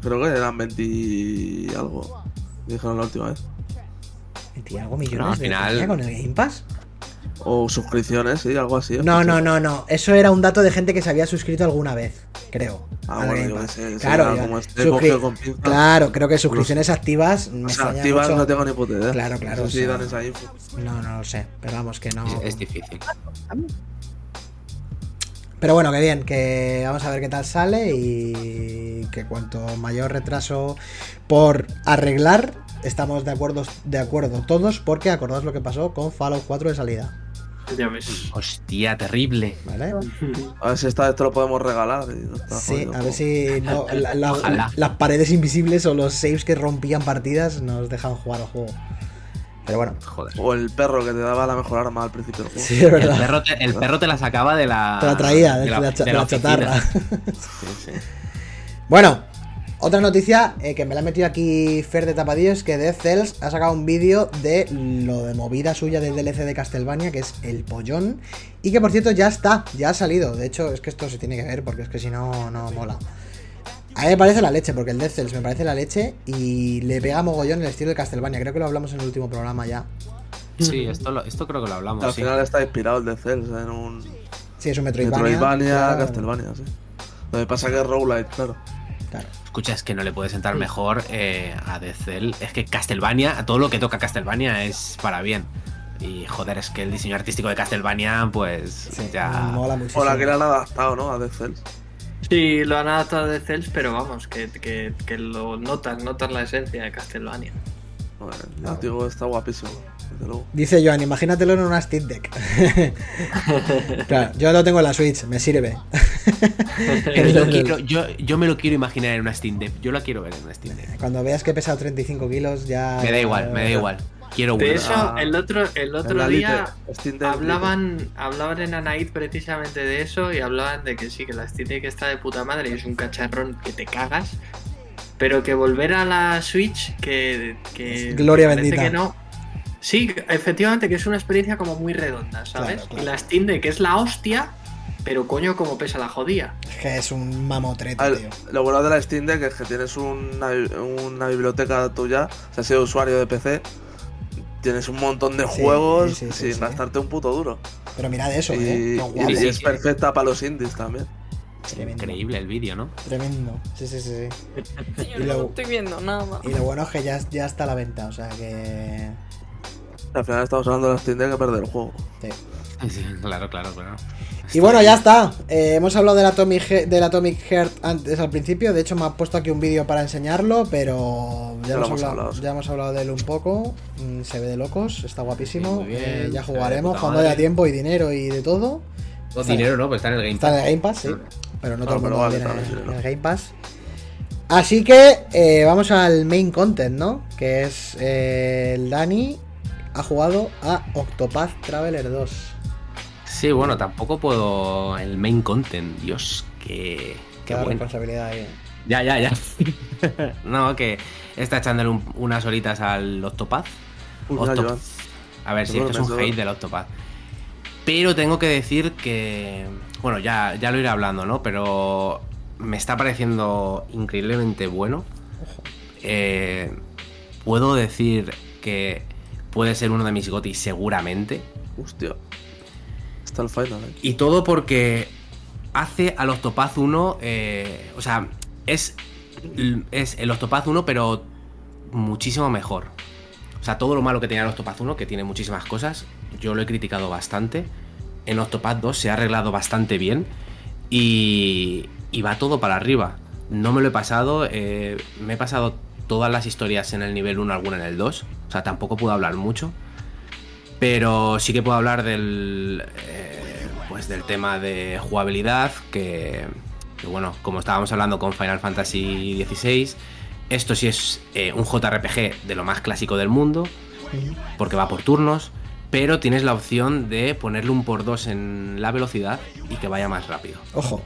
Creo que eran 20 y algo. Dijeron la última vez.
¿20 y algo millones
No, al
de
final-
gente con el Game Pass?
O suscripciones, sí, algo así.
No, no, no, no. Eso era un dato de gente que se había suscrito alguna vez, creo.
Ah,
al
bueno,
Game
yo qué
Pass.
sé,
Claro,
será
ya.
como este
Suscri-
cogido con pinzas.
claro, creo que suscripciones activas. Me
O sea,
extraña
activas
mucho.
no tengo ni puta idea.
Claro, claro,
No sé
o
si
sea-
dan esa info.
No, no lo sé. Pero vamos, que no.
Es, es difícil.
Pero bueno, que bien, que vamos a ver qué tal sale y que cuanto mayor retraso por arreglar, estamos de acuerdo, de acuerdo todos, porque acordaos lo que pasó con Fallout 4 de salida,
Ya ves.
Hostia, terrible.
¿vale?
A ver si esta vez te lo podemos regalar. y no está
Sí,
jodido,
a
¿no?
ver si no- la- la-
Ojalá.
las paredes invisibles o los saves que rompían partidas nos dejan jugar al juego. Pero bueno,
Joder.
O el perro que te daba la mejor arma al principio del juego.
sí, es
El
verdad.
perro, te, el perro te la sacaba Ah, de la.
Te la traía de, la, cha- de la
oficina.
chatarra.
Sí, sí.
Bueno, otra noticia eh, que me la ha metido aquí Fer de Tapadillo es que Death Cells ha sacado un vídeo de lo de movida suya del DLC de Castlevania, que es El Pollón, y que por cierto ya está, ya ha salido. De hecho, es que esto se tiene que ver porque es que si no, no mola. A mí me parece la leche, porque el Death Cells me parece la leche y le pega mogollón el estilo de Castlevania. Creo que lo hablamos en el último programa ya.
Sí, esto, lo- esto creo que lo hablamos.
Al
sí.
final está inspirado el de Cells en un
Sí, es un Metroidvania.
Metroidvania,
claro,
Castlevania, sí. Lo que pasa que es Rowlight, claro.
claro.
Escucha, es que no le puede sentar mejor eh, a Decel. Es que Castlevania, a todo lo que toca Castlevania es para bien. Y joder, es que el diseño artístico de Castlevania, pues
Sí,
ya.
mola muchísimo.
O la que le han adaptado, ¿no? A The Cells.
Sí, lo han adaptado de Cells, pero vamos, que, que, que lo notas, notas la esencia de Castlevania.
Bueno, el
Claro.
antiguo está guapísimo, desde luego.
Dice Joan, imagínatelo en una Steam Deck. claro, yo lo tengo en la Switch, me sirve.
Pero yo, quiero- yo, yo me lo quiero imaginar en una Steam Deck. Yo la quiero ver en una Steam Deck.
Cuando veas que he pesado 35 kilos, ya.
Me da igual, me da igual. Quiero
De
una. Ah,
eso,
Ah.
el otro, el otro
La
día
Lite- Steam Deck
hablaban, hablaban en Anaid precisamente de eso y hablaban de que sí, que la Steam Deck está de puta madre y es un cacharrón que te cagas, pero que volver a la Switch, que. que
Es gloria
parece
bendita.
que no. Sí, efectivamente, que es una experiencia como muy redonda, ¿sabes?
Claro, claro.
Y la Steam Deck es la hostia, pero coño, como pesa la jodía.
Es que es un mamotreto,
Ah,
tío.
lo bueno de la Steam Deck es que tienes una, bi- una biblioteca tuya, si has sido usuario de PC, tienes un montón de
Sí,
juegos
sí, sí,
sin
sí.
gastarte un puto duro.
Pero mirad eso,
Y,
eh. Qué guapo.
y
sí,
es
sí.
perfecta para los indies también.
Tremendo.
Increíble el vídeo, ¿no?
Tremendo. Sí, sí, sí. sí.
yo
Y
no
luego-
lo estoy viendo nada.
Y lo bueno es que ya, ya está a la venta, o sea que.
Al final estamos hablando de la Steam Deck que perder el juego.
sí.
Sí, claro, claro, claro.
Y bueno, ya está. Eh, hemos hablado del Atomic, He- del Atomic Heart antes al principio. De hecho, me ha puesto aquí un vídeo para enseñarlo, pero ya,
Ya lo
hemos
hemos
hablado,
hablado, sí.
ya hemos hablado de él un poco. Mm, se ve de locos, está guapísimo.
Sí, muy bien,
Eh, ya
se ve de
jugaremos
puta
cuando
madre.
haya tiempo y dinero y de todo.
No, dinero no, pues está en el Game
Está en el
Pass.
Game Pass, sí. Pero no
Ah,
todo el
pero
mundo
vale,
tiene
también sirve, ¿no?
el Game Pass. Así que eh, vamos al main content, ¿no? Que es eh, el Dani ha jugado a Octopath Traveler 2.
Sí, bueno, tampoco puedo. El main content, Dios, que. Qué
Cada
bueno.
responsabilidad ahí.
Ya, ya, ya. no, que está echándole un- unas horitas al Octopath.
Uy, mira,
Octo-
Joan.
A ver, si es que es
Seguro
un
que
hate
eso-
del Octopath. Pero tengo que decir que. Bueno, ya, ya lo iré hablando, ¿no? Pero me está pareciendo increíblemente bueno. Eh, puedo decir que puede ser uno de mis gotis seguramente.
Hostia. Está el final, eh.
Y todo porque hace al Octopath 1. eh, o sea, es, es el Octopath 1, pero muchísimo mejor. O sea, todo lo malo que tenía el Octopath 1, que tiene muchísimas cosas, yo lo he criticado bastante. En Octopath 2 se ha arreglado bastante bien y, y va todo para arriba. No me lo he pasado. eh, me he pasado todas las historias en el nivel 1, alguna en el 2. O sea, tampoco puedo hablar mucho. Pero sí que puedo hablar del. eh, pues del tema de jugabilidad. Que, que bueno, como estábamos hablando con Final Fantasy XVI. Esto sí es eh, un JRPG de lo más clásico del mundo porque va por turnos, pero tienes la opción de ponerle un por 2 en la velocidad y que vaya más rápido.
Ojo.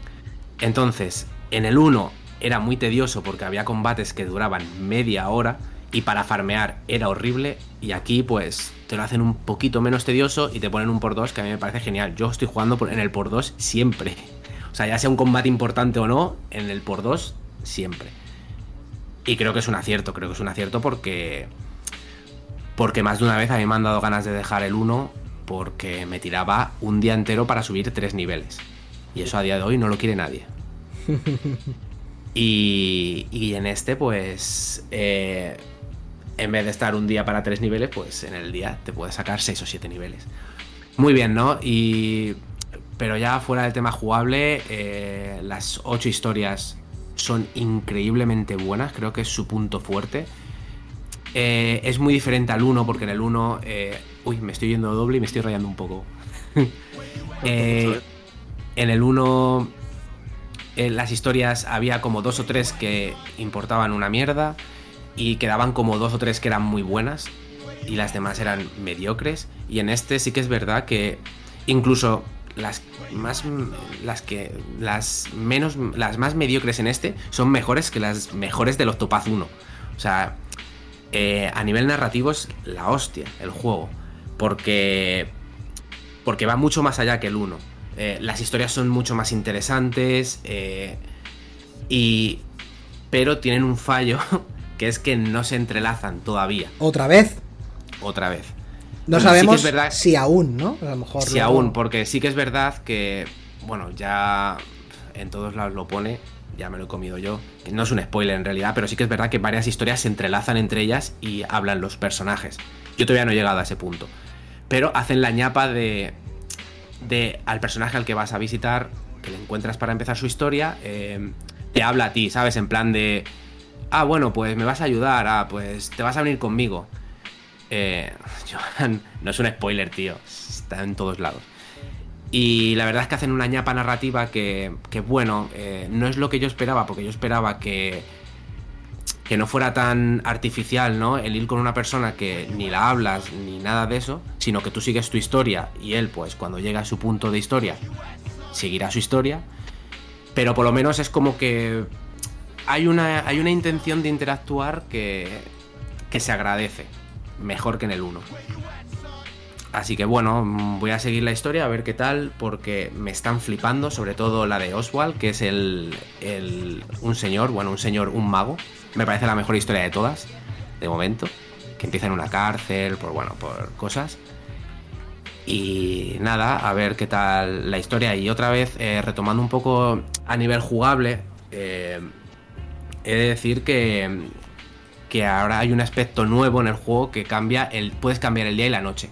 Entonces, en el 1 era muy tedioso porque había combates que duraban media hora y para farmear era horrible y aquí pues te lo hacen un poquito menos tedioso y te ponen un por 2 que a mí me parece genial. Yo estoy jugando por- en el por 2 siempre. O sea, ya sea un combate importante o no, en el por 2 siempre. Y creo que es un acierto, creo que es un acierto porque porque más de una vez a mí me han dado ganas de dejar el 1 porque me tiraba un día entero para subir tres niveles. Y eso a día de hoy no lo quiere nadie. Y, y en este, pues, eh, en vez de estar un día para tres niveles, pues en el día te puedes sacar seis o siete niveles. Muy bien, ¿no? Y, pero ya fuera del tema jugable, eh, las ocho historias son increíblemente buenas, creo que es su punto fuerte. Eh, es muy diferente al 1, porque en el 1. eh, uy, me estoy yendo doble y me estoy rayando un poco. Eh, en el 1. En las historias había como dos o tres que importaban una mierda. Y quedaban como dos o tres que eran muy buenas. Y las demás eran mediocres. Y en este sí que es verdad que. Incluso las más las que las menos las más mediocres en este son mejores que las mejores del Octopath 1. O sea, eh, a nivel narrativo es la hostia el juego. Porque. Porque va mucho más allá que el 1. Eh, las historias son mucho más interesantes. eh, y. Pero tienen un fallo. Que es que no se entrelazan todavía.
Otra vez.
Otra vez.
No
Pero sí que
sabemos
es verdad-
si aún, ¿no? A lo mejor.
si
luego-
aún, porque sí que es verdad que, bueno, ya en todos lados lo pone, ya me lo he comido yo, que no es un spoiler en realidad, pero sí que es verdad que varias historias se entrelazan entre ellas y hablan los personajes. Yo todavía no he llegado a ese punto. Pero hacen la ñapa de, de al personaje al que vas a visitar, que le encuentras para empezar su historia, eh, te habla a ti, ¿sabes? En plan de, ah, bueno, pues me vas a ayudar, ah, pues te vas a venir conmigo. Eh, Joan, no es un spoiler, tío. Está en todos lados. Y la verdad es que hacen una ñapa narrativa que, que, bueno, eh, no es lo que yo esperaba, porque yo esperaba que, que no fuera tan artificial, ¿no? El ir con una persona que ni la hablas ni nada de eso, sino que tú sigues tu historia y él, pues, cuando llega a su punto de historia, seguirá su historia. Pero por lo menos es como que hay una, hay una intención de interactuar que, que se agradece, mejor que en el 1. Así que bueno, mm, voy a seguir la historia a ver qué tal, porque me están flipando, sobre todo la de Oswald, que es el, el- un señor, bueno, un señor, un mago. Me parece la mejor historia de todas, de momento, que empieza en una cárcel, por bueno, por cosas. Y nada, a ver qué tal la historia. Y otra vez, eh, retomando un poco a nivel jugable, eh, he de decir que, que ahora hay un aspecto nuevo en el juego que cambia el. Puedes cambiar el día y la noche.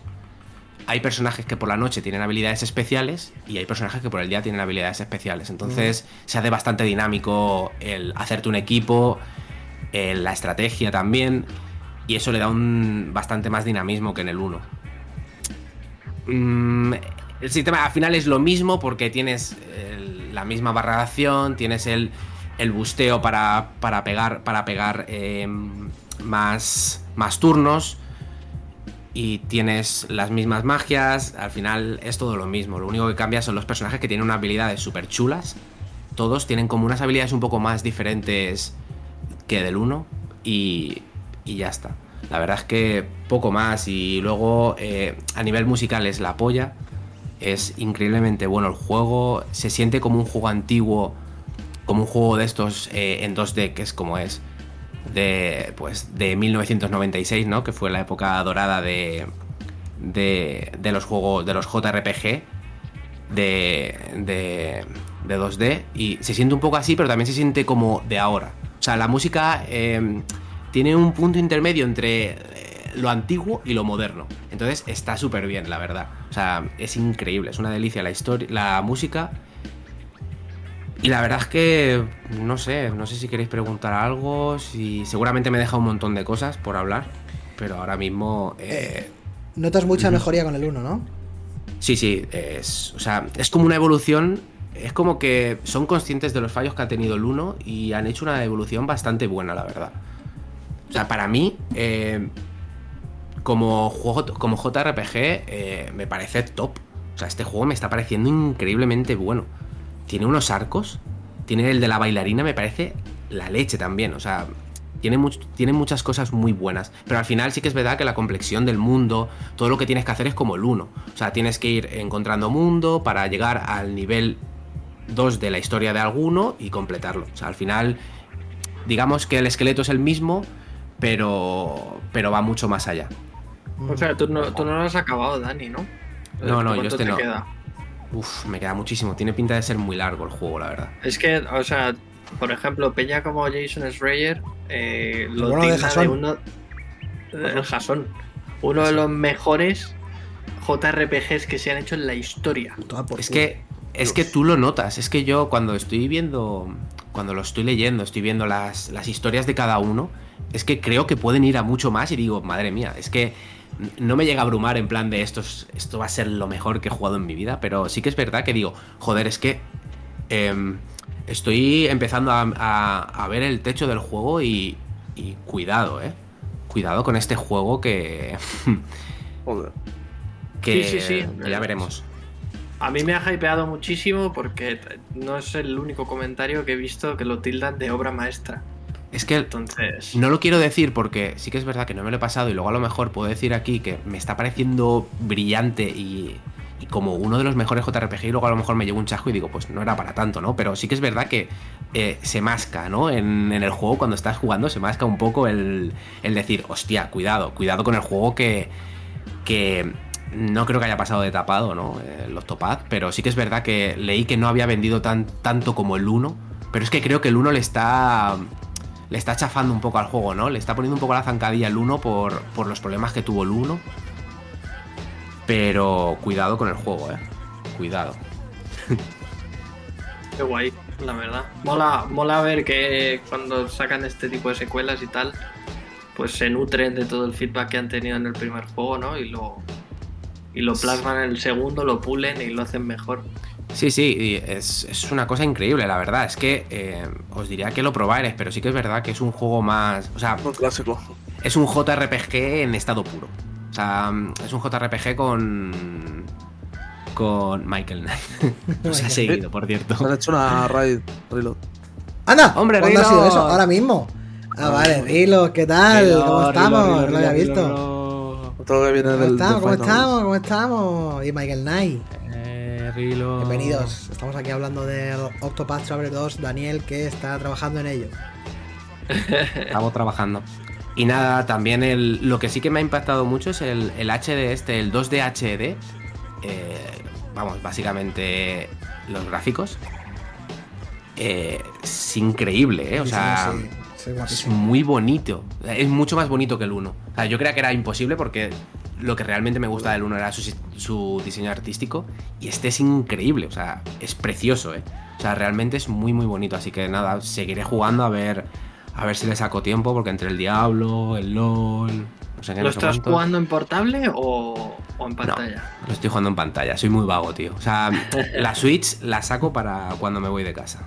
Hay personajes que por la noche tienen habilidades especiales y hay personajes que por el día tienen habilidades especiales. Entonces se hace bastante dinámico el hacerte un equipo, eh, la estrategia también. Y eso le da un bastante más dinamismo que en el 1. Mm, el sistema al final es lo mismo porque tienes el- la misma barra de acción, tienes el, el busteo para, para pegar, para pegar eh, más, más turnos y tienes las mismas magias. Al final es todo lo mismo. Lo único que cambia son los personajes que tienen unas habilidades súper chulas. Todos tienen como unas habilidades un poco más diferentes que del 1 y, y ya está. La verdad es que poco más y luego eh, a nivel musical es la polla. Es increíblemente bueno el juego. Se siente como un juego antiguo, como un juego de estos eh, en 2D, que es como es. De, pues, de 1996, ¿no? Que fue la época dorada de, de, de los juegos, de los JRPG de, de, de 2D y se siente un poco así, pero también se siente como de ahora. O sea, la música eh, tiene un punto intermedio entre eh, lo antiguo y lo moderno. Entonces está súper bien, la verdad. O sea, es increíble, es una delicia la, historia, la música. Y la verdad es que no sé, no sé si queréis preguntar algo, si seguramente me deja un montón de cosas por hablar, pero ahora mismo eh,
Notas mucha mejoría con el 1, ¿no?
sí, sí, es, o sea, es como una evolución, es como que son conscientes de los fallos que ha tenido el 1 y han hecho una evolución bastante buena, la verdad. O sea, para mí, eh, como, juego, como JRPG, eh, me parece top. O sea, este juego me está pareciendo increíblemente bueno. Tiene unos arcos, tiene el de la bailarina, me parece la leche también. O sea, tiene, much- tiene muchas cosas muy buenas. Pero al final sí que es verdad que la complexión del mundo, todo lo que tienes que hacer es como el 1. O sea, tienes que ir encontrando mundo para llegar al nivel 2 de la historia de alguno y completarlo. O sea, al final digamos que el esqueleto es el mismo, pero, pero va mucho más allá.
O sea, tú no, tú no lo has acabado, Dani, ¿no?
No, no, yo
¿Cuánto
este
te
no.
queda?
Uf, me queda muchísimo. Tiene pinta de ser muy largo el juego, la verdad.
Es que, o sea, por ejemplo, Peña como Jason Schreier eh, lo
Bueno, de
digna de,
Jason.
uno. El Jason. Uno de los mejores JRPGs que se han hecho en la historia.
Toma por
Es
culo.
que, es que tú lo notas. Es que yo cuando estoy viendo, cuando lo estoy leyendo, estoy viendo las, las historias de cada uno, es que creo que pueden ir a mucho más y digo, madre mía, es que no me llega a abrumar en plan de esto, es- esto va a ser lo mejor que he jugado en mi vida, pero sí que es verdad que digo, joder, es que em, estoy empezando a, a- a ver el techo del juego y, y cuidado, eh. Cuidado con este juego que...
Joder.
que
Sí, sí, sí.
Ya veremos.
A mí me ha hypeado muchísimo porque t- no es el único comentario que he visto que lo tildan de obra maestra.
Es que
Entonces.
No lo quiero decir porque sí que es verdad que no me lo he pasado y luego a lo mejor puedo decir aquí que me está pareciendo brillante y, y como uno de los mejores JRPG y luego a lo mejor me llevo un chasco y digo, pues no era para tanto, ¿no? Pero sí que es verdad que eh, se masca, ¿no? En, en el juego cuando estás jugando se masca un poco el, el decir, hostia, cuidado, cuidado con el juego que, que no creo que haya pasado de tapado, ¿no? Eh, los topad, pero sí que es verdad que leí que no había vendido tan, tanto como el 1, pero es que creo que el 1 le está le está chafando un poco al juego, ¿no? Le está poniendo un poco la zancadilla al 1 por, por los problemas que tuvo el 1. Pero cuidado con el juego, ¿eh? Cuidado.
Qué guay, la verdad. Mola, mola ver que cuando sacan este tipo de secuelas y tal, pues se nutren de todo el feedback que han tenido en el primer juego, ¿no? Y lo, y lo plasman en el segundo, lo pulen y lo hacen mejor.
Sí, sí, y es, es una cosa increíble, la verdad. Es que eh, os diría que lo probáis, pero sí que es verdad que es un juego más. O sea,
Un clásico.
es un JRPG en estado puro. O sea, es un JRPG con. con Michael Knight. Nos ha seguido, por cierto.
Se han hecho una raid reload.
¡Anda!
Hombre,
¿Cuándo ha
Rilo.
sido eso? Ahora mismo. Ah, vale, Rilo, ¿qué tal? ¿Cómo estamos?
Rilo,
no lo había
Rilo,
visto.
Rilo.
Todo que viene
¿Cómo
del.
estamos?
del
¿Cómo
Final.
estamos? ¿Cómo estamos? Y Michael Knight.
Eh, Rilo.
Bienvenidos. Estamos aquí hablando del Octopath Traveler 2, Daniel, que está trabajando en ello.
Estamos trabajando. Y nada, también el, lo que sí que me ha impactado mucho es el, el HD este, el 2D HD. Eh, vamos, básicamente los gráficos. Eh, es increíble, ¿eh? O
Sí,
sea,
sí, sí,
es
guapísimo.
muy bonito. Es mucho más bonito que el 1. O sea, yo creía que era imposible porque lo que realmente me gusta del 1 era su, su diseño artístico. Y este es increíble. O sea, es precioso, ¿eh? O sea, realmente es muy, muy bonito. Así que nada, seguiré jugando a ver. A ver si le saco tiempo, porque entre el Diablo, el LOL. No sé qué,
¿Lo
no sé
estás
cuántos.
jugando en portable o, o en pantalla?
Lo estoy jugando en pantalla, soy muy vago, tío. O sea, la Switch la saco para cuando me voy de casa.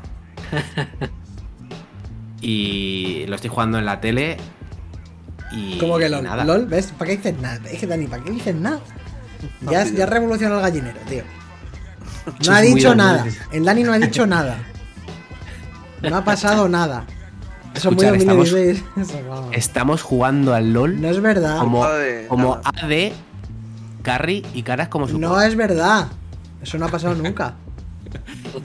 Y lo estoy jugando en la tele. Y
Como que
y
LOL,
nada.
LOL, ¿ves? ¿Para qué dices nada? Es que Dani, ¿para qué dices nada?
No,
Ya,
tío.
ya revolucionó el gallinero, tío.
Es
No ha
muy
dicho
Dani.
nada. El Dani no ha dicho nada. No ha pasado nada. Eso es muy
Escuchar,
dominio
estamos-
de- eso, vamos.
Estamos jugando al LOL
No es verdad.
como,
Vale,
como
nada.
AD, Carry y caras como su
No es verdad. Eso no ha pasado nunca.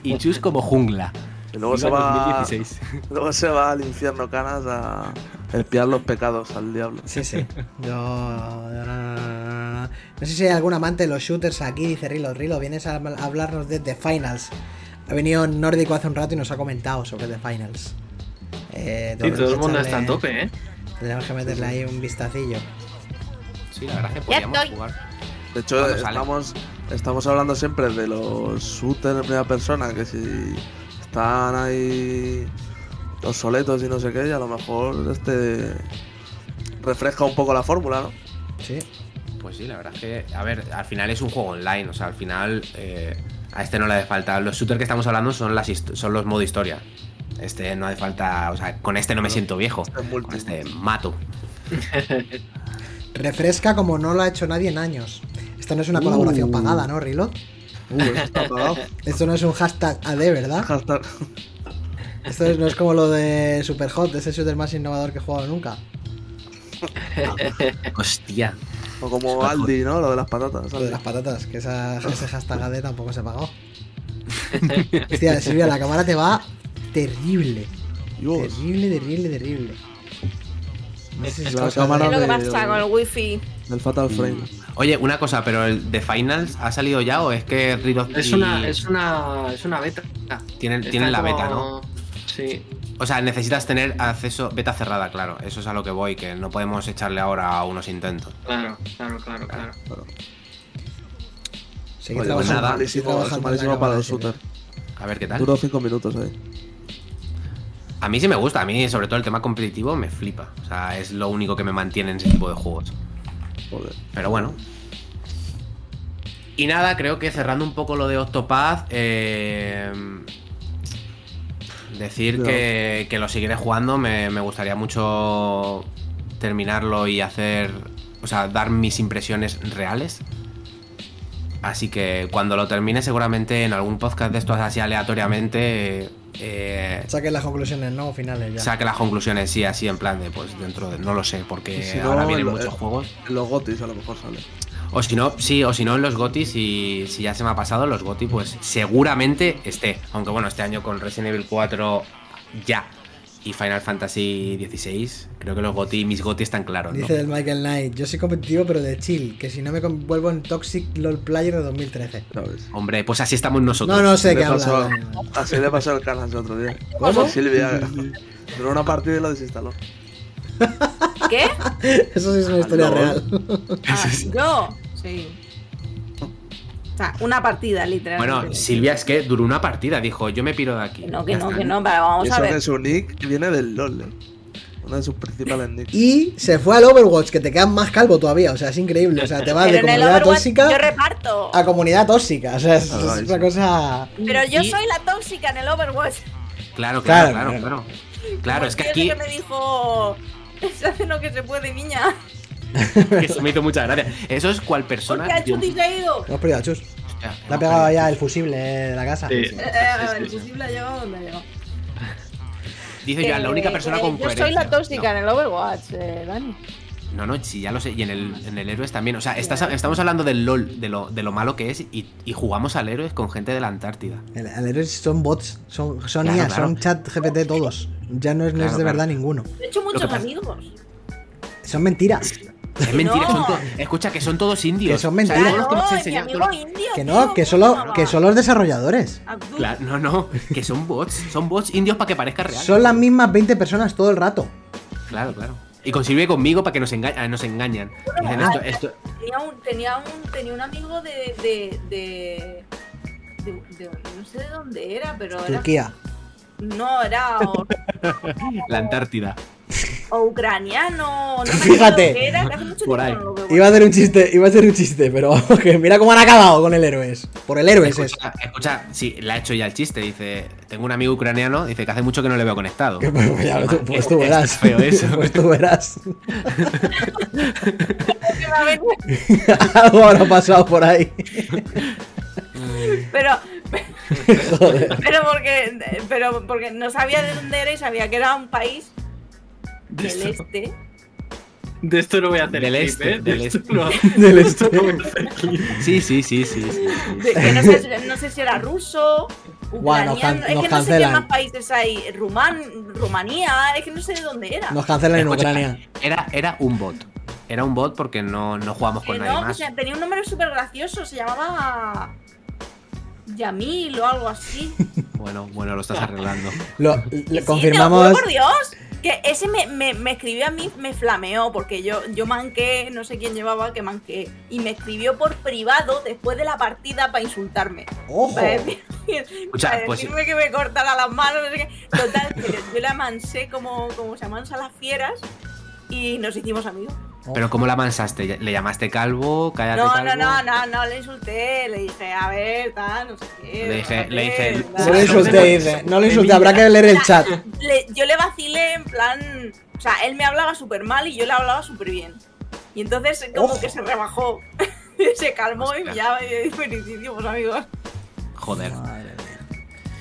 y Chus como jungla.
Y luego se
Iba en
va.
2016.
Luego se va al infierno Canas a espiar los pecados al diablo.
Sí, sí. Yo. yo No, no, no, no, no. No sé si hay algún amante de los shooters aquí, dice Rilo. Rilo, vienes a a hablarnos de The Finals. Ha venido Nórdico hace un rato y nos ha comentado sobre The Finals. Eh,
Y
tenemos
todo
que
el mundo
echarle-
está a tope, ¿eh?
Tenemos que meterle ahí un vistacillo.
Sí, la verdad es que podíamos
estoy.
jugar.
De hecho,
¿Cuándo sale?
estamos, estamos hablando siempre de los shooters en primera persona, que si están ahí los soletos y no sé qué, y a lo mejor este refresca un poco la fórmula, ¿no?
Sí.
Pues sí, la verdad es que, a ver, al final es un juego online, o sea, al final eh, a este no le hace falta. Los shooters que estamos hablando son, las hist- son los modo historia. Este no hace falta, o sea, con este no me siento viejo.
es multi.
Con este mato.
Refresca como no lo ha hecho nadie en años. Esta no es una colaboración pagada, ¿no, Reload?
Uh, eso está pagado.
Esto no es un hashtag AD, ¿verdad?
Hashtag.
Esto es- no es como lo de Superhot, ese shooter más innovador que he jugado nunca.
Hostia.
O como Aldi, ¿no? Lo de las patatas.
Lo de
Aldi.
las patatas, que esa, ese hashtag AD tampoco se pagó. Hostia, Silvia, la cámara te va terrible.
Dios.
Terrible, terrible, terrible. No sé si es
La
cosa
cámara
Es lo
de-
que
de-
pasa con el wifi.
El Fatal
Mm.
Frame.
Oye, una cosa, pero el de Finals ha salido ya o es que Rilos
Es una, es una, es una beta.
tienen,
Está
tienen la
como-
beta, ¿no?
Sí.
O sea, necesitas tener acceso beta cerrada, claro. Eso es a lo que voy, que no podemos echarle ahora a unos intentos.
Claro, claro, claro, claro.
Seguí
Pues
trabajando,
nada,
seguí
malísimo,
trabajando en la
malísimo
cámara
para
de
los
Silvia.
shooters.
A ver qué tal.
Duró 5 minutos ahí.
A mí sí me gusta, a mí sobre todo el tema competitivo me flipa. O sea, es lo único que me mantiene en ese tipo de juegos.
Joder.
Pero bueno. Y nada, creo que cerrando un poco lo de Octopath, eh, decir
Cuidado.
que, que lo seguiré jugando, me, me gustaría mucho terminarlo y hacer, o sea, dar mis impresiones reales. Así que cuando lo termine seguramente en algún podcast de estos así aleatoriamente eh,
Saquen las conclusiones, ¿no? Finales ya.
saque las conclusiones, sí, así en plan de, pues dentro de, no lo sé, porque
Y si
ahora
no,
vienen
el-
muchos
eh,
el-
juegos.
Los gotis a lo mejor sale.
O si no, sí, o si no en los GOTI, si, si ya se me ha pasado, en los GOTI, pues seguramente esté. Aunque bueno, este año con Resident Evil 4 ya y Final Fantasy 16, creo que los GOTI, mis GOTI están claros, ¿no?
Dice el Michael Knight, yo soy competitivo pero de chill, que si no me con- vuelvo en Toxic LOL Player de 2013.
Ya ves.
Hombre, pues así estamos nosotros.
No, no sé
Le
qué habla.
pasó-
no, no.
Así le pasó al Carlos el otro día.
¿Cómo?
Silvia. Duró una partida y lo desinstaló.
¿Qué?
Eso sí es una historia
Aló.
real.
Ah, yo. Sí. O sea, una partida, literalmente.
Bueno, Silvia es que duró una partida, dijo, yo me piro de aquí.
Que no, que
Ya
no,
está.
que no, pero vamos
Y
a
eso
ver.
que su nick viene del LOL. eh. Uno de sus principales nicks.
Y se fue al Overwatch, que te quedas más calvo todavía. O sea, es increíble. O sea, te vas de
Pero en el
comunidad
Overwatch yo
tóxica
reparto.
a comunidad tóxica. O sea, es,
Ah,
es
sí.
una cosa.
Pero yo
Y-
soy la tóxica en el Overwatch.
Claro,
Claro,
claro, claro, claro. Claro, es que aquí
que me dijo. Se hace lo que se puede, niña.
que eso me hizo mucha gracia. Eso es cual persona.
Porque a
yo-
Chuti se ha ido.
Hemos perdido a Chus.
Hostia,
Le ha
hemos
pegado
perdido.
ya el fusible eh, de la casa.
Sí.
Eh, eh, El fusible ha llegado donde ha llegado.
Dice yo, la única
Que-
persona
que
con
Eh, Yo
coherencia.
soy la
No.
tóxica en el Overwatch, eh, Dani.
No, no, sí, ya lo sé. Y en el, en el Héroes también. O sea, estás- estamos hablando del LOL, de lo, de lo malo que es, y, y jugamos al Héroes con gente de la Antártida.
El, el héroe son bots, son, son
Claro,
IA,
claro.
son chat GPT todos. Ya no es, no es
Claro,
de
claro.
verdad ninguno.
He hecho
Lo
muchos
que pasa-
amigos.
Son mentiras.
Es mentira,
No.
son to- escucha, que son todos indios.
Que son
O sea,
mentiras.
todos los que nos
Claro, mi
enseñan-
amigo indio.
Que no,
tío,
que
¿cómo se
solo,
llamaba?
que son los desarrolladores.
Abdul.
Claro, no, no, que son bots. Son bots indios para que parezca real.
Son las mismas 20 personas todo el rato.
Claro, claro. Y con Silvia y conmigo para que nos, enga- ah, nos engañan. Dicen esto, esto.
Tenía un, tenía un, tenía un amigo de de, de, de- de- No sé de dónde era, pero era.
Turquía.
No, era o,
La Antártida.
o ucraniano. o No me acuerdo
Fíjate.
qué Era, que hace mucho tiempo
Por ahí.
no lo veo.
Iba a hacer un chiste, iba a hacer un chiste, pero que mira cómo han acabado con el héroes. Por el héroes Pues es.
Escucha, escucha, sí, le ha hecho ya el chiste. Dice: Tengo un amigo ucraniano, dice que hace mucho que no le veo conectado.
Que, pues, ya lo- tú- pues tú
Es- es
verás.
feo eso.
Pues tú verás.
Últimamente,
Algo habrá pasado por ahí.
Pero,
Joder.
pero, porque, pero porque no sabía de dónde era y sabía que era un país
De
del
esto,
este.
de esto no voy a hacer
Del
clip,
este,
¿eh?
del
De esto
este.
no-
Del
de esto no
este.
voy a hacer clip.
Sí, sí, sí, sí. sí.
de- que no, sé, no sé si era ruso,
Buah, nos can-
ucraniano. es
nos
que no sé qué
cancelan.
más países hay. Rumán, Rumanía, es que no sé de dónde era. Eh,
Nos cancelan en
Escucha,
Ucrania.
Era, era un bot. Era un bot porque no, pues no jugamos con
Que
nadie
no, o
más.
sea, tenía un nombre súper gracioso, se llamaba Yamil o algo así.
Bueno, bueno, lo estás arreglando.
Lo, lo
Sí, te lo juro
confirmamos.
por Dios. Que ese me, me- me escribió a mí, me flameó, porque yo, yo manqué, no sé quién llevaba que manqué. Y me escribió por privado después de la partida para insultarme.
¡Ojo!
Para decir-
Escucha,
para
pues-
decirme que me cortara las manos, no sé qué. Total, que yo la mansé como, como se amansa las fieras y nos hicimos amigos.
Pero ¿cómo la mansaste? ¿Le llamaste calvo? Cállate,
No,
calvo?
no, no, no, no le insulté, le dije, a ver, tal, no sé qué.
Le dije- le dije,
tal,
"Sí,
No
tal".
lo insulté, dice, eh. No lo insulté, habrá que leer el chat.
Le- yo le vacilé en plan. O sea, él me hablaba súper mal y yo le hablaba súper bien. Y entonces, como
Ojo.
que se rebajó. se calmó y ya me felicísimos, amigos.
Joder.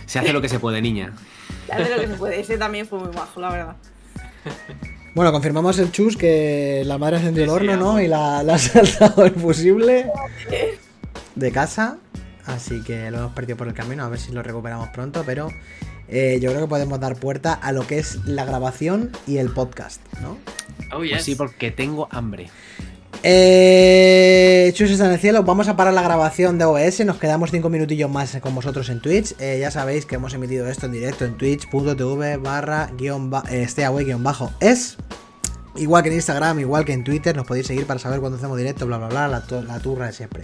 Se hace lo que se puede, niña.
Ya de lo que se puede. Ese también fue muy bajo, la verdad.
Bueno, confirmamos el chus que la madre encendió el
Sí, sí,
horno, ¿no?
vamos.
Y la, la ha saltado el fusible de casa. Así que lo hemos perdido por el camino, a ver si lo recuperamos pronto, pero eh, yo creo que podemos dar puerta a lo que es la grabación y el podcast, ¿no?
Oh,
Pues
yes.
sí, porque tengo hambre.
Eh, Chus está en el cielo, vamos a parar la grabación de OBS, nos quedamos 5 minutillos más con vosotros en Twitch. Eh, ya sabéis que hemos emitido esto en directo en twitch.tv barra guión ba- eh, stayaway guión bajo es. Igual que en Instagram, igual que en Twitter, nos podéis seguir para saber cuándo hacemos directo, bla bla bla, la, tu- la turra de siempre.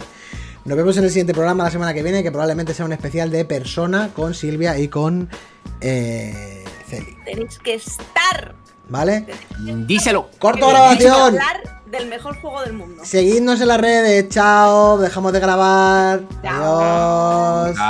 Nos vemos en el siguiente programa la semana que viene, que probablemente sea un especial de persona con Silvia y con eh, Celi.
Tenéis que estar.
¿Vale?
Díselo.
¡Corto
que tenéis que
grabación!
hablar del mejor juego del mundo.
Seguidnos en las redes, chao, dejamos de grabar.
Chao.
Adiós.